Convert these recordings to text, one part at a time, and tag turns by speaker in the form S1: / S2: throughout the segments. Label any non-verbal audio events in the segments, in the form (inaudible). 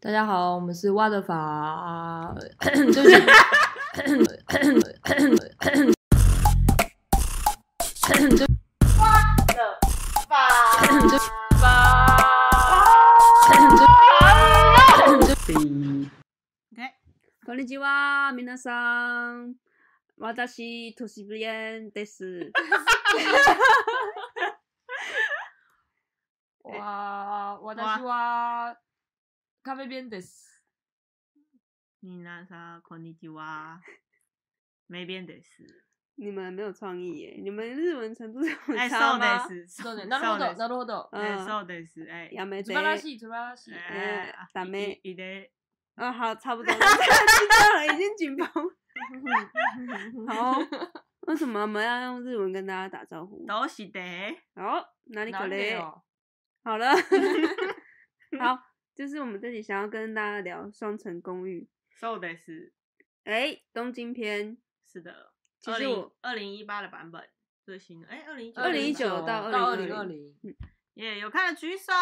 S1: 大家好，我们是挖 (coughs) 的法，对不起こんにちは、皆さん。私、トシブリエン
S2: (laughs)
S1: です。哇，私は咖啡边です。
S2: 你那啥，こんにちは，没变的是，
S3: 你们没有创意耶！你们日文程度 (laughs) 有
S2: 哎，
S3: 差
S2: そう
S3: 吗
S2: で？
S3: (laughs)
S2: す，
S1: そうね、なる
S2: そ
S1: ほ
S2: う
S1: ど、
S2: で
S1: な
S2: す
S1: るほど。
S2: 哎，
S3: 嗯
S2: そうです，哎，
S3: やめ
S1: 素
S3: て。
S1: 晴らしい、素晴らしい。
S2: 哎
S3: 哎，ダメ
S2: いいで，
S3: 啊，好，差不多 (laughs) 了，知道了，已经紧绷。
S1: (laughs)
S3: (laughs) 好，为什么我们要用日文跟大家打招呼？
S2: どうして？
S3: 好，哪里可哦
S1: なんで
S3: 嘞？
S1: よ
S3: 好 (laughs) 了，好，就是我们这里想要跟大家聊《双层公寓》。
S2: そうです，
S3: 哎，东京篇，
S2: 是的，
S3: 其
S2: 二
S3: 实
S2: 零
S3: 我
S2: 二零一八的版本最新的，哎，二零
S3: 2019
S1: 到
S3: 到
S1: 零二
S3: 2020
S1: 零，
S2: 耶，有看的举手，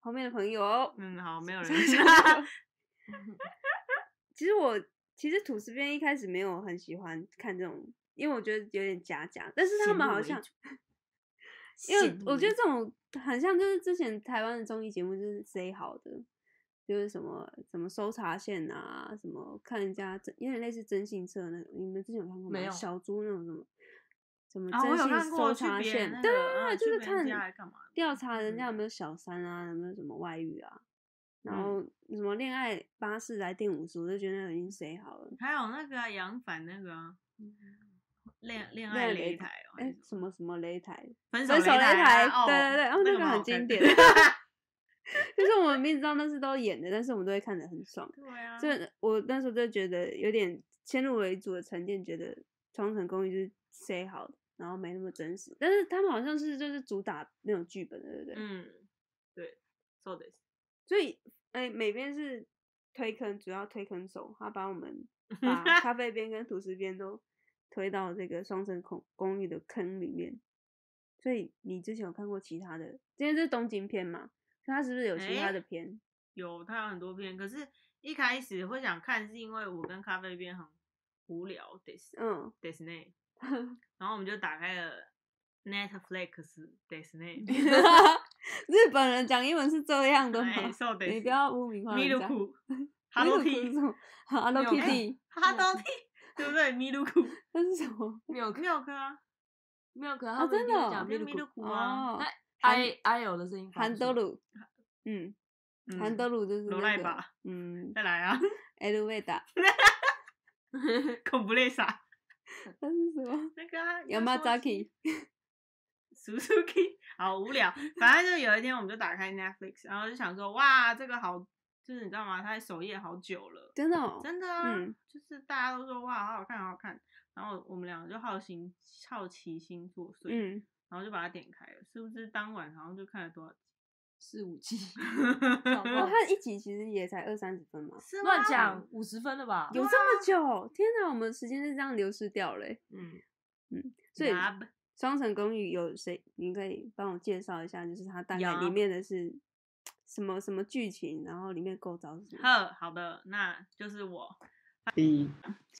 S3: 后面的朋友，哦
S2: 嗯，好，没有人，
S3: 其实我其实吐司边一开始没有很喜欢看这种，因为我觉得有点假假，但是他们好像，因为我觉得这种很像就是之前台湾的综艺节目就是塞好的，就是什么什么搜查线啊，什么看人家真有点类似征信社那种，你们之前有看过吗？
S1: 没有
S3: 小猪那种什么。什么
S2: 啊我
S3: 征
S2: 有
S3: 信
S2: 看过
S3: 搜
S2: 去
S3: 查
S2: 别
S3: 线
S2: 人？那
S3: 对
S2: 个
S3: 对
S2: 嗯
S3: 对，就
S2: 去
S3: 是
S2: 别人家来
S3: 看
S2: 干嘛的
S3: 调查人家有
S2: 嗯
S3: 没有小三啊，有没有什么外遇啊，然
S2: 嗯
S3: 后什么恋爱巴士来电五十，我就觉得那个已经塞好了。
S2: 还有那个啊杨凡那个啊恋恋
S3: 恋
S2: 爱
S3: 爱
S2: 擂
S3: 擂
S2: 台哦，还
S3: 哎
S2: 是，
S3: 什么什么擂台， (laughs)
S2: 分
S3: 手擂
S2: 擂
S3: 台
S2: 啊
S3: 对对对
S2: 哦
S3: 哦，那个
S2: 蛮
S3: 很
S2: 好
S3: 经
S2: 看
S3: 典
S2: 的
S3: 就是我们明知道那是都演的，但是我们都会看得很爽。
S2: (laughs) 对啊，
S3: 所以我那时候就觉得有点先入为主的成见，觉得《双城公寓》就是塞好的，然后没那么真实。但是他们好像是就是主打那种剧本的，对不对？
S2: 嗯，对，そうです。
S3: 所以，哎、美编是推坑，主要推坑手，他把
S2: (laughs)
S3: 我们把咖啡边跟吐司边都推到这个双层公公寓的坑里面。所以你之前有看过其他的？今天是东京篇嘛？那他是不是有其他
S2: 哎
S3: 的片？
S2: 有，它有很多片，可是一开始会想看，是因为我跟咖啡边很无聊，des (laughs)
S3: 嗯， (laughs)
S2: Disney，然后我们就打开了 Netflix (laughs) Disney，
S3: 日本人讲英文是这样的
S2: 哎
S3: 吗？
S2: ，so
S3: 你
S2: des
S3: 不要污名化
S2: 米
S3: 人
S2: 露
S3: 家。 (laughs)
S2: 库，Hello Kitty， (laughs) 哎
S3: Kitty，Hello
S1: 没有看
S3: Kitty， (laughs)
S2: 哈豆 T，对不对？米露库
S3: 那是什么？
S1: milk
S2: ，milk 啊，
S1: milk，他
S3: 哦
S1: 们一
S3: 真
S1: 定会
S3: 的哦
S1: 讲
S2: 跟米
S1: milk，
S2: 露库啊，
S3: 哦
S1: 那，i i o 的声音发
S3: 韩
S1: 出来，
S3: 德鲁，嗯，
S2: 嗯
S3: 韩德鲁就是
S2: 罗
S3: 那
S2: 赖
S3: 个
S2: 吧，
S3: 嗯
S2: 再来啊， (laughs)
S3: ，Elveda，
S2: 恐怖类啥？
S3: 那是什
S2: (laughs)
S3: 么？
S2: 那个啊
S3: Yamazaki，
S2: (laughs) Suzuki，好无聊。反正就有一天，我们就打开 Netflix，然后就想说，哇，这个好，就是你知道吗？它在首页好久了，
S3: 真的哦，
S2: 真的啊，
S3: 嗯
S2: 就是大家都说哇，好好看，好好看。然后我们两个就好心好奇心作祟，
S3: 嗯，
S2: 然后就把它点开了，是不是当晚好像就看了多少集？ (laughs)
S1: 四五七，
S2: 搞
S3: 哦，它一集其实也才二三十分嘛，
S2: 是
S1: 乱
S2: 吗
S1: 讲，五十分了吧？
S3: 有这么久？天哪，我们时间是这样流失掉嘞。
S2: 嗯，
S3: 所以《
S2: Lab
S3: 双城公寓》有谁？你可以帮我介绍一下，就是它大概里
S2: 呀
S3: 面的是什么什么剧情，然后里面构造是什么？
S2: 呵，好的，那就是我。嗯，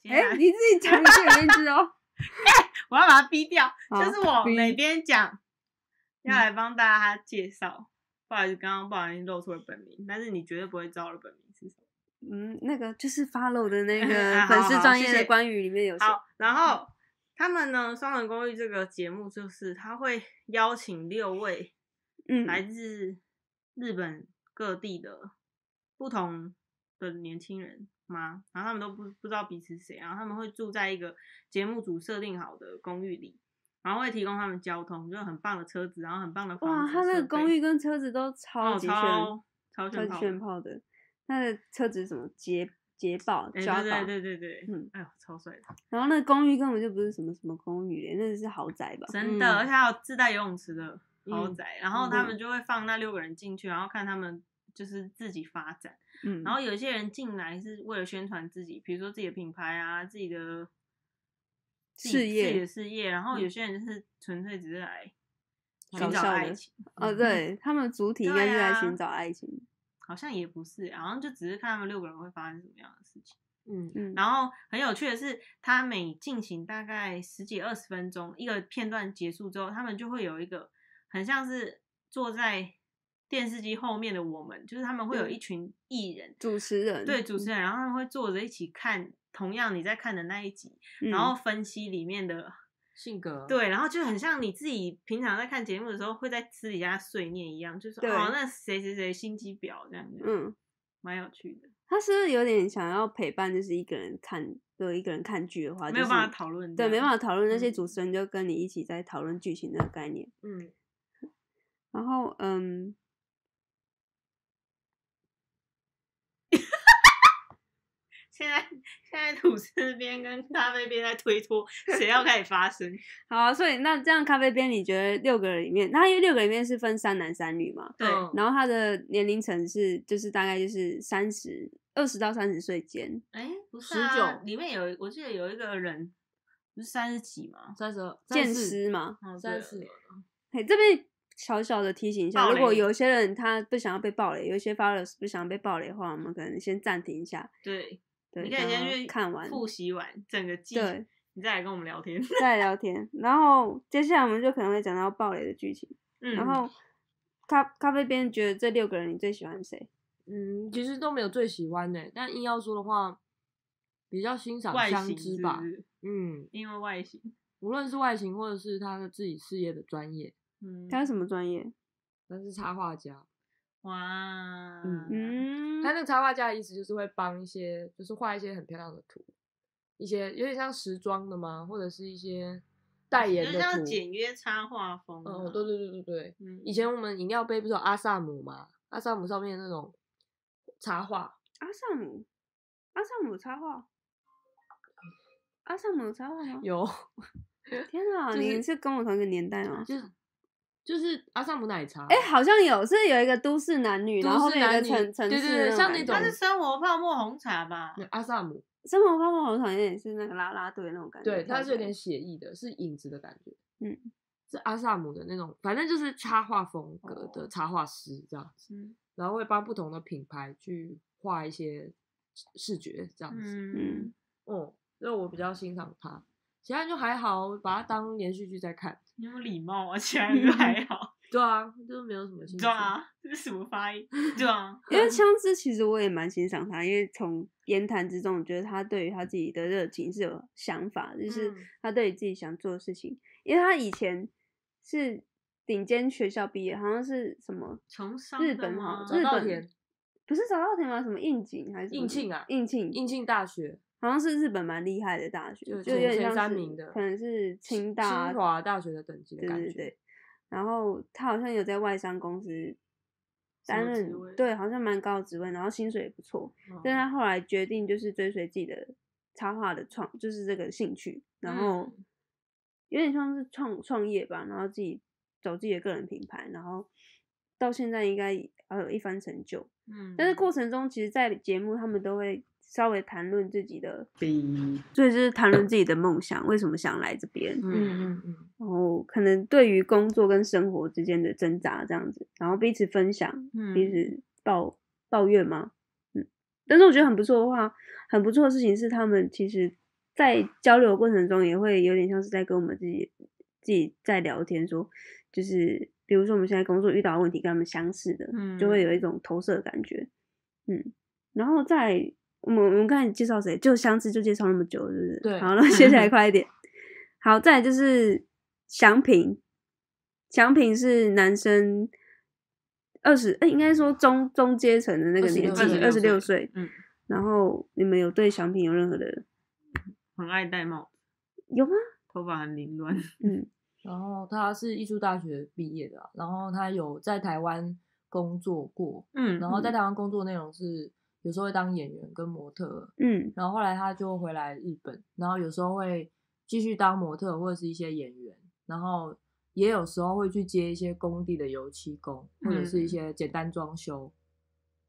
S3: 哎、你自己讲一句名字哦。
S2: 我要把它逼掉，
S3: 好
S2: 就是我
S3: 逼嗯
S2: 每边讲，要来帮大家介绍。不好意思，刚刚不小心露出了本名，但是你绝对不会知道我的本名是什么。
S3: 嗯，那个就是 follow 的
S2: (laughs)
S3: 那
S2: 啊
S3: 个
S2: 好
S3: 粉丝
S2: 好
S3: 专
S2: 谢
S3: 业的
S2: 谢
S3: 关于里面有谁？
S2: 好，然
S3: 嗯
S2: 后他们呢，《双人公寓》这个节目就是他会邀请六位
S3: 嗯，
S2: 来自日本各地的不同的年轻人吗？然后他们都不不知道彼此是谁，然后他们会住在一个节目组设定好的公寓里，然后会提供他们交通，就很棒的车子，然后很棒的房
S3: 哇，
S2: 子
S3: 它那
S2: 设
S3: 个公
S2: 备
S3: 寓跟车子都
S2: 哦
S3: 超级炫，
S2: 超超
S3: 超
S2: 炫
S3: 级
S2: 炮
S3: 炫
S2: 的，
S3: 炮的。它的车子是什么捷捷豹、
S2: 哎、
S3: 抓
S2: 对
S3: 宝，
S2: 对对对对，
S3: 嗯
S2: 哎呦，超帅的，
S3: 然后那个公寓根本就不是什么什么公寓耶，那是豪宅吧？
S2: 真的，
S1: 嗯
S2: 而且还有自带游泳池的豪
S1: 嗯
S2: 宅，然后他
S3: 嗯
S2: 们就会放那六个人进去，然后看他们就是自己发展。
S3: 嗯，
S2: 然后有些人进来是为了宣传自己，比如说自己的品牌啊，自己的自己
S3: 事业
S2: 自己的事业。然后有
S3: 嗯
S2: 些人就是纯粹只是来
S3: 搞
S2: 寻找
S3: 笑
S2: 爱
S3: 的
S2: 情，
S3: 呃哦，对他们主体应该是
S2: 对
S3: 在
S2: 啊
S3: 寻找爱情，
S2: 好像也不是，好像就只是看他们六个人会发生什么样的事情。
S1: 嗯，
S3: 嗯，
S2: 然后很有趣的是，他每进行大概十几二十分钟，一个片段结束之后，他们就会有一个很像是坐在电视机后面的我们，就是他们会有一群艺人，
S3: 主持人
S2: 对主持人，然后他们会坐着一起看同样你在看的那一集，
S3: 嗯
S2: 然后分析里面的
S1: 性格，
S2: 对，然后就很像你自己平常在看节目的时候会在私底下碎念一样，就说
S3: 对
S2: 哦那谁谁谁心机婊这样子，
S3: 嗯，
S2: 蛮有趣的，
S3: 他是不是有点想要陪伴，就是一个人看，如果一个人看剧的话，
S2: 没有
S3: 啊就是
S2: 办法讨论这
S3: 对，
S2: 样，
S3: 没办法讨论那些
S1: 嗯
S3: 主持人就跟你一起在讨论剧情的概念。
S1: 嗯，
S3: (laughs) 然后，嗯，
S2: 现在现在吐司边跟咖啡边在推脱，谁要开始发
S3: (laughs)
S2: 声？
S3: 好啊、所以那这样咖啡边，你觉得六个人里面，那因为六个人里面是分三男三女嘛，
S2: 对，
S1: 嗯
S3: 然后他的年龄层是就是大概就是三十二十到三十岁间，
S2: 哎、不是啊，
S1: 19
S2: 里面有我记得有一个人不是三十几吗？
S1: 三十二，
S3: 见
S1: 三十四
S3: 识嘛。
S2: 哦
S1: 三
S2: 对
S1: 十四，
S3: 嘿，这边小小的提醒一下，
S2: 暴
S3: 如果
S2: 雷
S3: 有些人他不想要被暴雷，有些 followers 不想要被暴雷的话，我们可能先暂停一下，
S2: 对，
S3: 对，
S2: 你可以
S3: 然
S2: 先
S3: 后
S2: 去
S3: 看完，
S2: 复习完整个季，
S3: 对，
S2: 你再来跟我们聊天。
S3: 再聊天。然后接下来我们就可能会讲到暴雷的剧情。
S2: 嗯，
S3: 然后咖咖啡边觉得这六个人你最喜欢谁？
S1: 嗯，其实都没有最喜欢的，但硬要说的话，比较欣赏
S2: 外
S1: 相
S2: 形
S1: 知
S2: 是
S1: 吧
S2: 不，是
S1: 嗯，
S2: 因为外形，
S1: 无论是外形或者是他的自己事业的专业，
S2: 嗯，
S3: 他是什么专业？
S1: 他是插画家，
S2: 哇，
S1: 嗯
S3: 嗯，
S1: 他那个插画家的意思就是会帮一些，就是画一些很漂亮的图，一些有点像时装的嘛，或者是一些代
S2: 就
S1: 言
S2: 是
S1: 的
S2: 像
S1: 图。
S2: 简约插画风、啊，
S1: 嗯，对对对对对，
S2: 嗯
S1: 以前我们饮料杯不是有阿萨姆嘛？阿萨姆上面的那种插画，
S3: 阿萨姆，阿萨姆有插画，阿萨姆有插画吗？
S1: 有，
S3: 天啊，
S1: 就是
S3: 你是跟我同一个年代吗？
S1: (laughs) 就是就是阿萨姆奶茶。
S3: 哎、好像有，是有一个都市男女，
S1: 都
S3: 然后后
S1: 市
S3: 面有一
S1: 男
S3: 个
S1: 女
S3: 城城市
S1: 对对对
S3: 种
S1: 像
S3: 感
S1: 那
S2: 它
S3: 觉
S2: 是
S1: 种
S2: 生活泡沫红茶吧？
S1: 那阿萨姆，
S3: 生活泡沫好像也是那个啦啦队那种感觉，
S1: 对，它是有点
S3: 看起
S1: 写意的，是影子的感觉。
S3: 嗯，
S1: 是阿萨姆的那种，反正就是插画风格
S3: 哦
S1: 的插画师这样子，
S2: 嗯
S1: 然后会帮不同的品牌去画一些视觉这样子。
S2: 嗯，
S1: 哦、所以我比较欣赏他，其他人就还好，我把它当连续剧在看。
S2: 你有没有礼貌啊？其他
S3: 嗯
S2: 人都还好。 (laughs)
S1: 对啊，就是没有什么兴趣。
S2: 对啊，这是什么发音？
S3: 嗯
S2: 对啊，
S1: 嗯
S3: 来因为枪支其实我也蛮欣赏他，因为从言谈之中，我觉得他对于他自己的热情是有想法，就是
S1: 嗯
S3: 他对于自己想做的事情，因为他以前是顶尖学校毕业，好像是什么
S2: 从商
S3: 日
S2: 的
S3: 本好
S2: 吗
S1: 早
S3: 日
S1: 稻
S3: 本
S1: 田
S3: 不是早稻田吗？什么应景还是什么
S1: 应庆啊
S3: 应庆
S1: 应庆大学、
S3: 好像是日本蛮厉害的大学，
S1: 就
S3: 就是有
S1: 前
S3: 点
S1: 前
S3: 像
S1: 三
S3: 是
S1: 名的
S3: 可能是清
S1: 清
S3: 大、
S1: 华大学的等级的
S3: 对
S1: 感
S3: 对
S1: 觉
S3: 对。然后他好像有在外商公司
S2: 什么
S3: 担
S2: 职
S3: 任
S2: 位，
S3: 对，好像蛮高的职位，然后薪水也不错。
S1: 嗯
S3: 但他后来决定就是追随自己的插画的创，就是这个兴趣，然后
S2: 嗯
S3: 有点像是创创业吧，然后自己走自己的个人品牌，然后到现在应该还有一番成就。
S2: 嗯，
S3: 但是过程中，其实，在节目他们都会稍微谈论自己的，
S1: 嗯
S3: 所以就是谈论自己的梦想，为什么想来这边，
S1: 嗯嗯，
S3: 然后可能对于工作跟生活之间的挣扎这样子，然后彼此分享，彼
S2: 嗯
S3: 此抱抱怨吗？嗯，但是我觉得很不错的话，很不错的事情是他们其实，在交流的过程中也会有点像是在跟我们自己自己在聊天说，就是比如说我们现在工作遇到的问题跟他们相似的，
S2: 嗯
S3: 就会有一种投射的感觉，嗯，然后再我们我们刚才介绍谁，就相似就介绍那么久，是不是？
S1: 对
S3: 好，那接下来快一点。好，再来就是祥平，祥平是男生二十，哎，应该说中中阶层的那个年纪，二
S1: 26
S3: 十六岁。
S2: 嗯，
S3: 然后你们有对祥平有任何的
S2: 很爱戴帽，
S3: 有吗？
S2: 头发很凌乱。
S3: 嗯，
S1: 然后他是艺术大学毕业的啊、然后他有在台湾工作过，
S2: 嗯
S1: 然后在台湾工作内容是有时候会当演员跟模特儿，
S3: 嗯
S1: 然后后来他就回来日本，然后有时候会继续当模特儿或者是一些演员，然后也有时候会去接一些工地的油漆工或者是一
S2: 嗯
S1: 些简单装修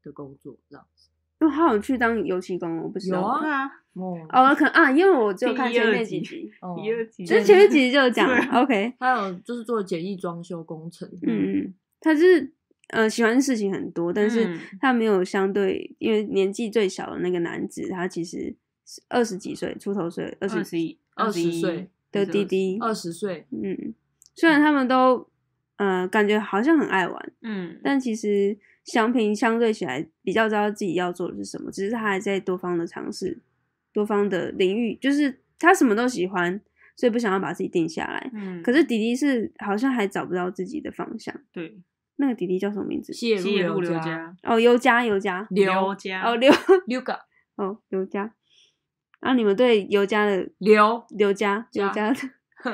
S1: 的工作这样子。
S3: 那他有去当油漆工，我不知道。
S1: 有啊
S2: 对啊，
S1: 哦，
S3: 哦，可能啊，因为我只有
S2: 第
S3: 看
S2: 一
S3: 前
S2: 二
S3: 面几
S2: 集
S3: 集，
S1: 哦
S2: 一二级，
S3: 就是前面几集就有讲了。OK，
S1: 他有就是做简易装修工程，
S3: 嗯，嗯，他是呃喜欢的事情很多，但是
S2: 嗯
S3: 他没有相对，因为年纪最小的那个男子，他其实是二十几岁出头岁，二
S2: 二
S3: 十
S2: 十一
S1: 二十
S2: 一
S1: 岁
S3: 的弟，弟，
S1: 二十岁，
S3: 嗯，虽然他们都呃感觉好像很爱玩，
S2: 嗯，
S3: 但其实祥平相对起来比较知道自己要做的是什么，只是他还在多方的尝试，多方的领域，就是他什么都喜欢，所以不想要把自己定下来。
S2: 嗯，
S3: 可是迪迪是好像还找不到自己的方向。
S2: 对，
S3: 那个迪迪叫什么名字？
S1: 谢
S2: 西野
S1: 入
S2: 路刘
S1: 家，
S2: 家
S3: 哦，尤佳，尤佳，
S1: 刘
S2: 家
S3: 哦，刘，
S1: 刘个
S3: 哦，尤佳。啊，你们对尤佳的
S1: 刘，
S3: 刘佳，
S2: 啊
S3: 尤
S1: 家
S3: 佳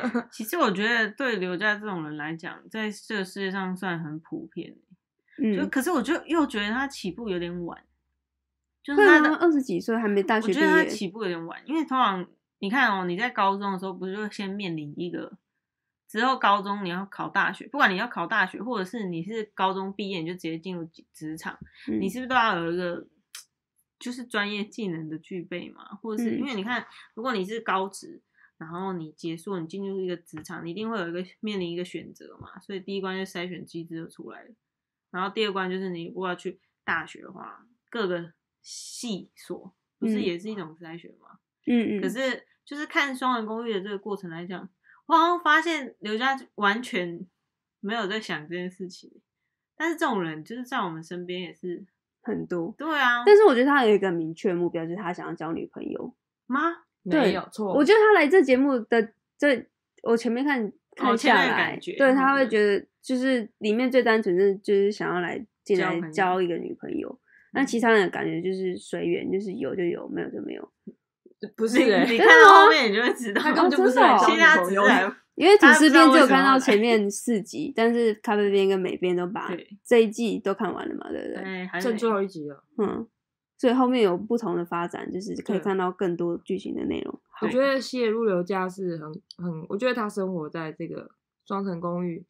S3: 的，
S2: 其实我觉得对刘家这种人来讲，在这个世界上算很普遍。就
S3: 嗯，
S2: 可是我就又觉得他起步有点晚，就是
S3: 会
S2: 他的
S3: 吗？二十几岁还没大
S2: 我
S3: 学
S2: 觉
S3: 毕
S2: 得他
S3: 业，
S2: 起步有点晚，因为通常你看哦，你在高中的时候不是就先面临一个，之后高中你要考大学，不管你要考大学，或者是你是高中毕业你就直接进入职职场，
S3: 嗯
S2: 你是不是都要有一个就是专业技能的具备嘛？或者是、
S3: 嗯
S2: 因为你看，如果你是高职，然后你结束你进入一个职场，你一定会有一个面临一个选择嘛，所以第一关就筛选机制就出来了，然后第二关就是你如果要去大学的话，各个系所不是
S3: 嗯
S2: 也是一种筛选吗？
S3: 嗯
S2: 可
S3: 嗯，
S2: 是就是看《双人公寓》的这个过程来讲，我好像发现刘佳完全没有在想这件事情。但是这种人就是在我们身边也是，
S3: 很多。
S2: 对啊，
S3: 但是我觉得他有一个明确目标，就是他想要交女朋友。
S2: 妈，
S1: 没
S3: 对
S1: 有
S2: 哦
S1: 错，
S3: 我觉得他来这节目的这，我前面看看
S2: 前
S3: 下
S2: 面的
S3: 来，
S2: 感觉
S3: 对他
S2: 嗯
S3: 会觉得就是里面最单纯的就是想要来进
S2: 交
S3: 来
S2: 朋友嗯
S3: 交一个女朋友，那其他人的感觉就是随缘，就是有就有，没有就没有。
S1: 不是
S2: 你
S1: 欸 (laughs)
S2: 你
S3: 真
S2: 看
S3: 的
S2: 到
S3: 吗
S2: 后面你就会知道，
S1: 他根本就
S3: 哦
S1: 不是
S3: 真的
S1: 来
S3: 哦
S1: 交
S2: 其
S1: 女
S2: 实他
S1: 朋
S2: 只
S1: 友
S2: 来
S1: 的，
S3: 因为吐
S2: 大家不
S3: 司
S2: 知道
S3: 边只
S2: 为
S3: 有
S2: 什么
S3: 看
S2: 要
S3: 到
S2: 来
S3: 前面四集，但是咖啡边跟美边都把
S2: 对
S3: 这一季都看完了嘛，对不对？
S2: 哎，还
S1: 剩
S2: 没
S1: 最后一集了。
S3: 嗯，所以后面有不同的发展，就是可以
S1: 对
S3: 看到更多剧情的内容。
S1: 我
S2: 对
S1: 觉得西野入流家是很很，我觉得他生活在这个双层公寓，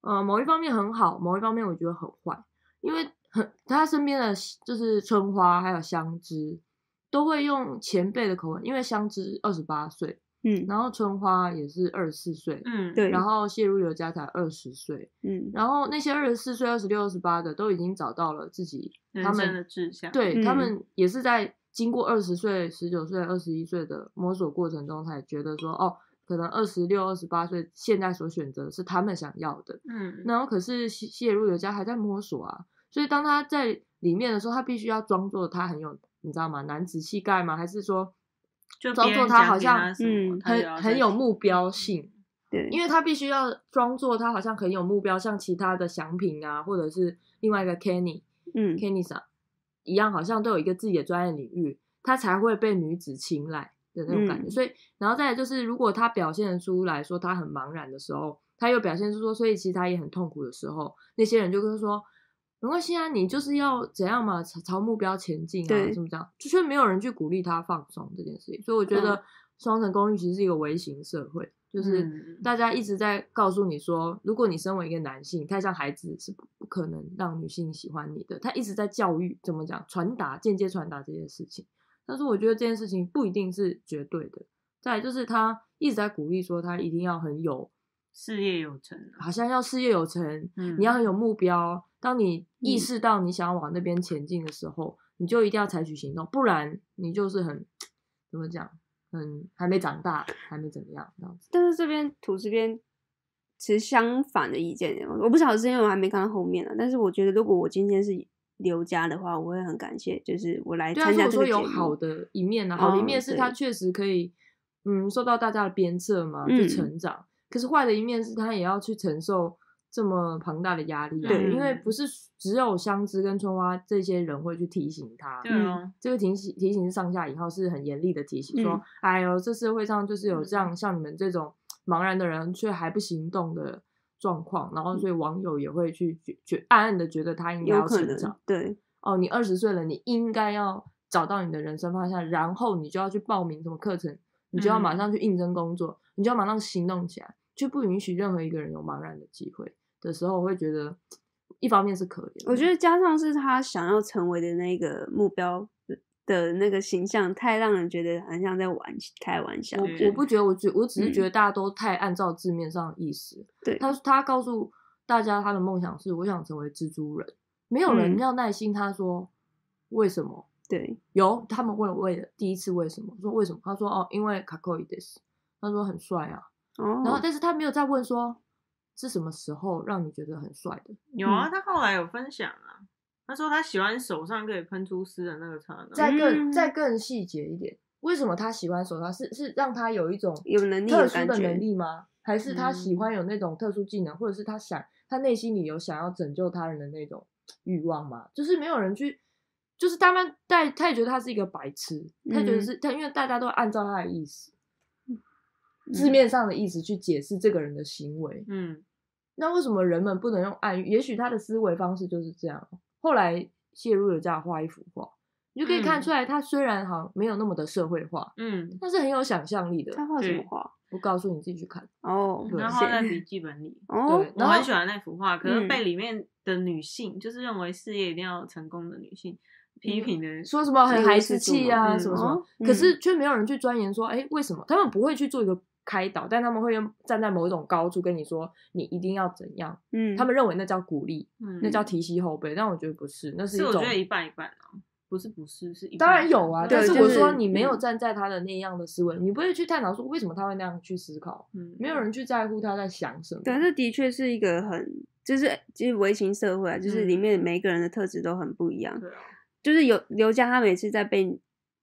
S1: 呃，某一方面很好，某一方面我觉得很坏，因为很他身边的就是春花还有香知都会用前辈的口吻，因为香知二十八岁，
S3: 嗯
S1: 然后春花也是二十四岁，
S2: 嗯，
S3: 对
S1: 然后谢如流家才二十岁，
S3: 嗯
S1: 然后那些二十四岁、二十六、二十八的都已经找到了自己，他
S2: 人生的
S1: 们
S2: 志向，
S1: 对、他
S3: 嗯
S1: 们也是在经过二十岁、十九岁、二十一岁的摸索过程中，才觉得说哦，可能二十六、二十八岁现在所选择是他们想要的。
S2: 嗯，
S1: 然后可是谢谢如流家还在摸索啊，所以当他在里面的时候，他必须要装作他很有，你知道吗？男子气概吗？还是说
S2: 就
S1: 装
S2: 别
S1: 作
S2: 人
S1: 他
S2: 讲
S1: 好
S2: 给
S1: 像
S2: 什么
S3: 嗯
S2: 他就要
S1: 很
S2: 嗯
S1: 很
S2: 再
S1: 有
S2: 去
S1: 目标性？
S3: 对，
S1: 因为他必须要装作他好像很有目标，像其他的祥平啊，或者是另外一个 Kenny、
S3: 嗯
S1: Kenny 上一样，好像都有一个自己的专业领域，他才会被女子青睐的那种感觉。
S3: 嗯
S1: 所以，然后再来就是，如果他表现出来说他很茫然的时候，他又表现出说，所以其实他也很痛苦的时候，那些人就跟他说。没关系啊，你就是要怎样嘛，朝朝目标前进啊，
S3: 对
S1: 怎么讲？就却没有人去鼓励他放松这件事情，所以我
S3: 嗯
S1: 觉得双层公寓其实是一个微型社会，就是
S2: 嗯
S1: 大家一直在告诉你说，如果你身为一个男性，太像孩子是不不可能让女性喜欢你的。他一直在教育，怎么讲，传达间接传达这件事情。但是我觉得这件事情不一定是绝对的。再来就是他一直在鼓励说，他一定要很有，
S2: 事业有成啊，
S1: 好像要事业有成，
S2: 嗯
S1: 你要很有目标。当你意
S3: 嗯
S1: 识到你想要往那边前进的时候，你就一定要采取行动，不然你就是很怎么讲，很还没长大，还没怎么样这样子。
S3: 但是这边土这边持相反的意见，我不晓得是因为我还没看到后面啊。但是我觉得，如果我今天是刘家的话，我会很感谢，就是我来
S1: 对啊，
S3: 参
S1: 如
S3: 加
S1: 果
S3: 这
S1: 说
S3: 个节目。
S1: 有好的一面呢、好的一
S3: 嗯
S1: 面是他
S3: 对
S1: 确实可以，嗯，受到大家的鞭策嘛，去
S3: 嗯
S1: 成长。可是坏的一面是他也要去承受这么庞大的压力、啊，
S3: 对
S1: 因为
S2: 嗯
S1: 不是只有香知跟春花这些人会去提醒他，
S2: 对
S3: 嗯
S2: 哦，
S1: 这个提醒提醒是上下以后是很严厉的提醒，说
S3: 嗯，
S1: 哎呦，这社会上就是有这
S2: 嗯
S1: 样像你们这种茫然的人却还不行动的状况，然后所以网友也会去觉觉暗暗的觉得他应该
S3: 嗯有
S1: 要
S3: 可
S1: 成长
S3: 能，，对，
S1: 哦，你二十岁了，你应该要找到你的人生方向，然后你就要去报名什么课程，你就要马
S2: 嗯
S1: 上去应征工作，你就要马上行动起来，就不允许任何一个人有茫然的机会的时候，我会觉得一方面是可怜的，
S3: 我觉得加上是他想要成为的那个目标的那个形象，太让人觉得很像在玩开玩笑。
S2: 我
S3: 就
S1: 我
S3: 是
S1: 不觉得，我觉我只是觉得
S3: 嗯
S1: 大家都太按照字面上的意思，
S3: 对
S1: 他他告诉大家他的梦想是我想成为蜘蛛人，没有人
S3: 嗯
S1: 要耐心他说为什么。
S3: 对，
S1: 有他们问了为了第一次为什么，说为什么？他说哦，因为卡扣伊德斯，他说很帅啊。
S3: 哦，
S1: 然后但是他没有再问说是什么时候让你觉得很帅的，
S2: 有啊，他后来有分享啊，他说他喜欢手上可以喷出丝的那个超能力，
S1: 再更
S3: 嗯
S1: 再更细节一点，为什么他喜欢手套？是是让他有一种
S3: 有能力
S1: 特
S3: 的
S1: 殊
S3: 感
S1: 的能
S3: 觉，
S1: 力吗？还是他喜
S2: 嗯
S1: 欢有那种特殊技能，或者是他想他内心里有想要拯救他人的那种欲望吗？就是没有人去，就是他们带，他也觉得他是一个白痴，他觉得
S3: 嗯
S1: 是他，因为大家都按照他的意思，
S3: 嗯
S1: 字面上的意思去解释这个人的行为。
S2: 嗯，
S1: 那为什么人们不能用暗语？也许他的思维方式就是这样。后来谢入了这样画一幅画，你就可以看
S2: 嗯
S1: 出来，他虽然好像没有那么的社会化，
S2: 嗯，
S1: 但是很有想象力的。
S3: 他画什么
S2: 对
S3: 画？
S1: 我告诉你，自己去看。
S3: 哦，
S1: 对
S2: 然后
S3: 谢
S2: 在
S1: (laughs)
S2: 笔记本里，
S3: 哦
S1: 对，
S2: 我
S1: 然后
S2: 很喜欢那幅画，可是
S3: 嗯
S2: 被里面的女性，就是认为事业一定要成功的女性
S1: 嗯
S2: 批评的，
S1: 说什么很孩子气啊，
S2: 嗯
S1: 什么什么，
S3: 哦
S1: 可是却没有人去钻研说，哎、为什么他们不会去做一个开导，但他们会用站在某一种高处跟你说，你一定要怎样，
S3: 嗯，
S1: 他们认为那叫鼓励，
S2: 嗯，
S1: 那叫提携后辈，但我觉得不是，那是一
S2: 是我
S1: 种
S2: 觉。得一半一半啊，不是不是是一半
S1: 当
S2: 一半，
S1: 然有啊，
S3: 对
S1: 但是
S3: 就
S1: 我
S3: 是
S1: 说你没有
S3: 嗯
S1: 站在他的那样的思维，你不会去探讨说为什么他会那样去思考，
S2: 嗯
S1: 没有人去在乎他在想什么。
S3: 对，这的确是一个很，就是就是微型社会啊，就是里
S2: 嗯
S3: 面每一个人的特质都很不一样。
S2: 对啊，
S3: 就是有刘佳，他每次在被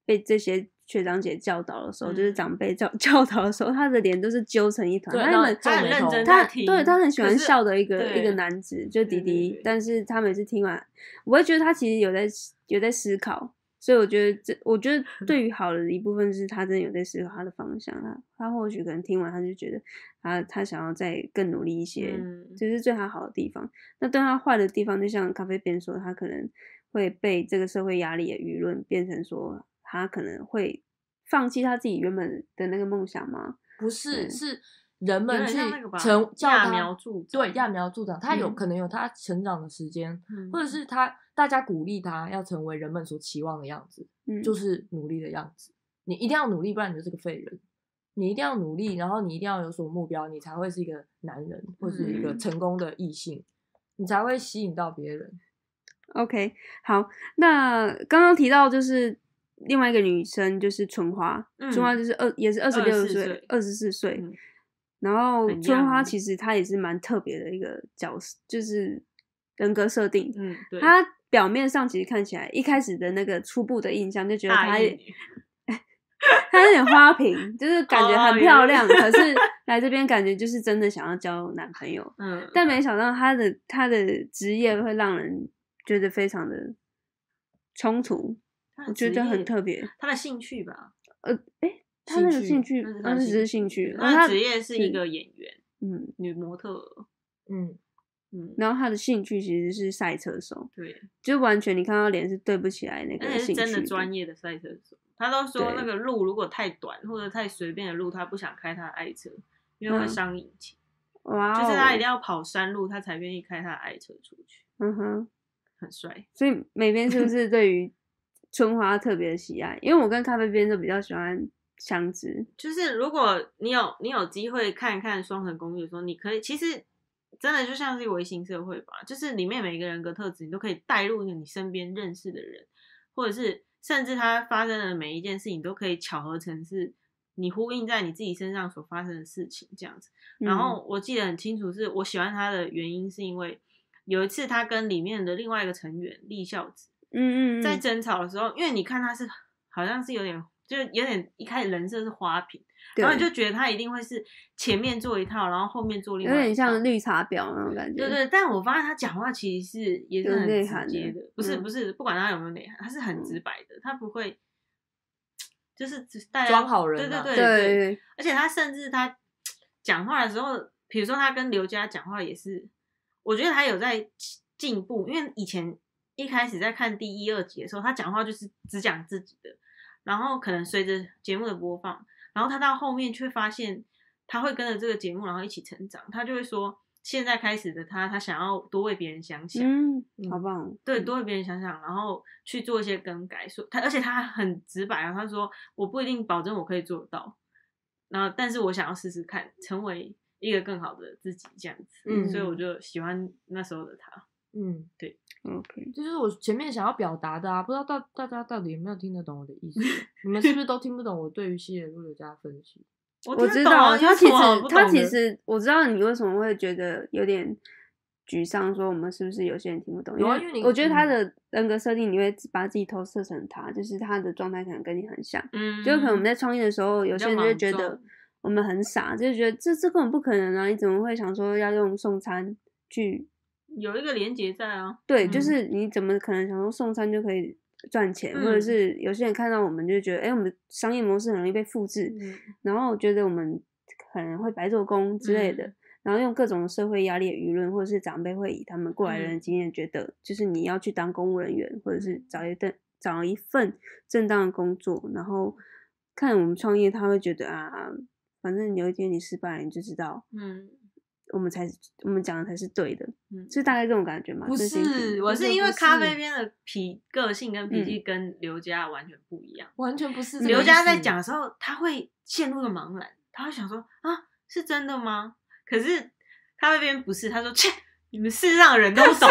S3: 被这些学长姐教导的时候，就是
S2: 嗯
S3: 长辈教 (laughs) 教导的时候，他的脸都是揪成一团。
S1: 对
S3: 他
S1: 然后
S3: 们
S1: 皱
S2: 他很
S1: 眉
S2: 认
S1: 头
S2: 真
S3: 他
S2: 在听，
S3: 对他很喜欢
S2: 可是
S3: 笑的一个
S2: 对
S3: 一个男子，就迪
S2: 对对
S3: 迪
S2: 对。
S3: 但是他每次听完，我会觉得他其实有在有在思考。所以我觉得这，我觉得
S2: 嗯
S3: 对于好的一部分是他真的有在思考他的方向，他他或许可能听完他就觉得他他想要再更努力一些，
S2: 嗯
S3: 这是对他好的地方。那对他坏的地方，就像咖啡边说，他可能会被这个社会压力的舆论变成说，他可能会放弃他自己原本的那个梦想吗？
S1: 不是
S3: 对
S1: 是人
S2: 有
S1: 们
S2: 点
S1: 去
S2: 像那个吧，
S1: 成叫
S2: 揠
S1: 他
S2: 苗助长
S1: 对揠苗助长，他有
S3: 嗯
S1: 可能有他成长的时间，
S2: 嗯
S1: 或者是他大家鼓励他要成为人们所期望的样子，
S3: 嗯，
S1: 就是努力的样子。你一定要努力，不然你就是个废人。你一定要努力，然后你一定要有所目标，你才会是一个男人或者一个
S3: 嗯
S1: 成功的异性，你才会吸引到别人。
S3: OK，好，那刚刚提到就是另外一个女生，就是春花，春花
S2: 嗯
S3: 就是二也是二十六
S2: 24
S3: 岁
S2: 岁，
S3: 二十四岁
S2: 嗯。
S3: 然后
S2: 很
S3: 春
S2: young
S3: 花
S2: 哦
S3: 其实她也是蛮特别的一个角色，就是人格设定。
S2: 嗯对，
S3: 她表面上其实看起来一开始的那个初步的印象就觉得她
S2: 大义女
S3: 她有点花瓶，就是感觉
S2: 哦
S3: 很
S2: 有
S3: 漂
S2: 一
S3: 亮，
S2: 点
S3: 可
S2: (laughs)
S3: 是来这边感觉就是真的想要交男朋友。
S2: 嗯，
S3: 但没想到他的他的职业会让人觉得非常的冲突，
S2: 他的
S3: 我觉
S2: 职
S3: 得很
S2: 业
S3: 特别。
S2: 他的兴趣吧，
S3: 呃，诶、他那个
S1: 兴
S3: 兴
S1: 趣
S3: 趣，
S2: 那是他
S3: 那
S2: 的
S3: 是只是兴
S2: 兴
S3: 趣，然后
S2: 他
S3: 他
S2: 的职业是一个演员，
S3: 嗯，
S2: 女模特儿，
S1: 嗯，
S2: 嗯，
S3: 然后他的兴趣其实是赛车手，
S2: 对，
S3: 就完全你看到脸是对不起来那
S2: 而
S3: 个
S2: 且是
S3: 兴趣
S2: 真的专业的赛车手。他都说
S3: 对
S2: 那个路如果太短或者太随便的路，他不想开他的爱车，因为会
S3: 嗯
S2: 伤引擎。
S3: 哇、哦，
S2: 就是他一定要跑山路，他才愿意开他的爱车出去，
S3: 嗯哼，
S2: 很帅。
S3: 所以美边是不是对于春花特别的喜爱？因为我跟咖啡边都比较喜欢香知，
S2: 就是如果你有你有机会看看《双城公寓》的时候，你可以其实真的就像是一个微型社会吧，就是里面每一个人格特质，你都可以带入一个你身边认识的人，或者是甚至他发生的每一件事情，你都可以巧合成是你呼应在你自己身上所发生的事情这样子。然
S3: 嗯
S2: 后我记得很清楚，是我喜欢他的原因是因为有一次他跟里面的另外一个成员立孝子。
S3: 嗯嗯嗯，
S2: 在争吵的时候，因为你看他是好像是有点，就是有点一开始人设是花瓶，然后你
S3: 对
S2: 就觉得他一定会是前面做一套，然后后面做另
S3: 有
S2: 外一
S3: 点
S2: 套
S3: 像绿茶婊那种感觉，
S2: 对对，但我发现他讲话其实是也
S3: 有
S2: 是很
S3: 内
S2: 直
S3: 涵的
S2: 接的，不是
S3: 嗯
S2: 不是，不管他有没有内涵，他是很直白的，他不会就是只是大家
S1: 装好人
S2: 对
S1: 啊
S2: 对对
S3: 对，
S2: 而且他甚至他讲话的时候，比如说他跟刘佳讲话也是，我觉得他有在进步，因为以前一开始在看第一、二集的时候，他讲话就是只讲自己的，然后可能随着节目的播放，然后他到后面却发现他会跟着这个节目，然后一起成长，他就会说。现在开始的他，他想要多为别人想想，
S3: 嗯，好
S1: 嗯
S3: 棒哦，
S2: 对，
S3: 嗯
S2: 多为别人想想，然后去做一些更改。说他，而且他很直白啊，他说我不一定保证我可以做到，然后但是我想要试试看，成为一个更好的自己这样子。
S1: 嗯
S2: 所以我就喜欢那时候的他。
S1: 嗯，
S3: OK，
S1: 这就是我前面想要表达的啊，不知道大大家到底有没有听得懂我的意
S2: (laughs)
S1: 思？你们是不是都听不懂我对于西野路柳家的分析？
S2: 我
S3: 我
S2: 啊我
S3: 知道他其实他其
S2: 实。
S3: 实我知道你为什么会觉得有点沮丧，说我们是不是有些人听不懂？
S1: 有啊因为你
S3: 我觉得他
S1: 嗯
S3: 的人格设定，你会把自己投射成他，就是他的状态可能跟你很像。
S2: 嗯，
S3: 就可能我们在创业的时候，有
S2: 比较
S3: 些人就会
S2: 莽
S3: 觉得
S2: 撞
S3: 我们很傻，就觉得这这根本不可能啊！你怎么会想说要用送餐去？
S2: 有一个连接在啊，
S3: 对，就
S1: 嗯
S3: 是你怎么可能想说送餐就可以赚钱？或者
S2: 嗯
S3: 是有些人看到我们就觉得，哎、我们的商业模式很容易被复制，然后觉得我们可能会白做工之类的。
S2: 嗯
S3: 然后用各种社会压力、舆论，或者是长辈会以他们过来人的
S2: 嗯
S3: 经验，觉得就是你要去当公务人员，或者是找一份找一份正当的工作，然后看我们创业，他会觉得啊，反正有一天你失败了，你就知道
S2: 嗯
S3: 我们才我们讲的才是对的，
S2: 嗯，
S3: 是大概这种感觉吗？
S1: 不
S3: 真心
S1: 是，
S3: (laughs) 觉
S2: 我
S1: 完全
S2: 是因为
S1: 不
S2: 咖啡边的脾个性跟脾
S3: 嗯
S2: 气跟刘佳完全不一样。
S1: 完全不是这个
S2: 刘佳在
S1: 意思
S2: 讲的时候，他会陷入一个茫然，他会想说啊，是真的吗？可是咖啡边不是，他说切，你们世上的人都
S1: (laughs)
S2: 懂，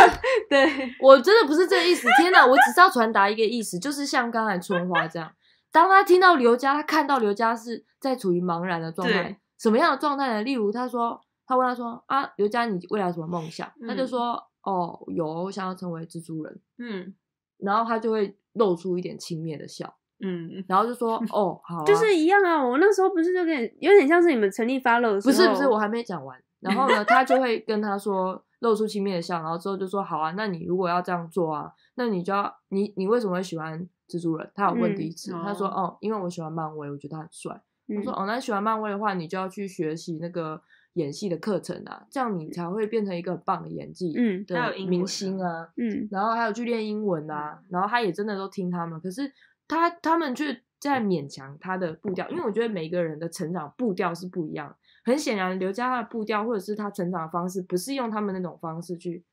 S3: 对，
S1: 我真的不是这个意思。天哪，我只是要传达一个意思，就是像刚才春花这样，当他听到刘佳，他看到刘佳是在处于茫然的状态
S2: 对，
S1: 什么样的状态呢？例如，他说，他问他说啊，刘佳，你未来有什么梦想？
S2: 嗯
S1: 他就说，哦，有，我想要成为蜘蛛人。
S2: 嗯
S1: 然后他就会露出一点轻蔑的笑，
S2: 嗯，
S1: 然后就说，哦，好、
S2: (laughs)
S1: 啊，
S3: 就是一样啊。我那时候不是有点有点像是你们成立发漏的时
S1: 不
S3: 候，
S1: 是不
S2: 哦
S1: 是，我还没讲完。然后呢，他就会跟他说，露出轻蔑的笑，然后之后就说，好啊，那你如果要这样做啊，那你就要你你为什么会喜欢蜘蛛人？他有问第一次，
S2: 嗯
S1: 他说，
S2: 哦
S1: 哦，因为我喜欢漫威，我觉得他很帅。
S3: 嗯
S1: 我说，哦，那喜欢漫威的话，你就要去学习那个演戏的课程啊，这样你才会变成一个很棒的演技
S3: 嗯
S2: 嗯
S1: 的
S2: 还有英文
S1: 明
S2: 啊
S1: 星啊。
S3: 嗯
S1: 然后还有去练英文啊，然后他也真的都听他们，可是他他们却在勉强他的步调，因为我觉得每个人的成长步调是不一样的。很显然，刘佳他的步调或者是他成长的方式，不是用他们那种方式去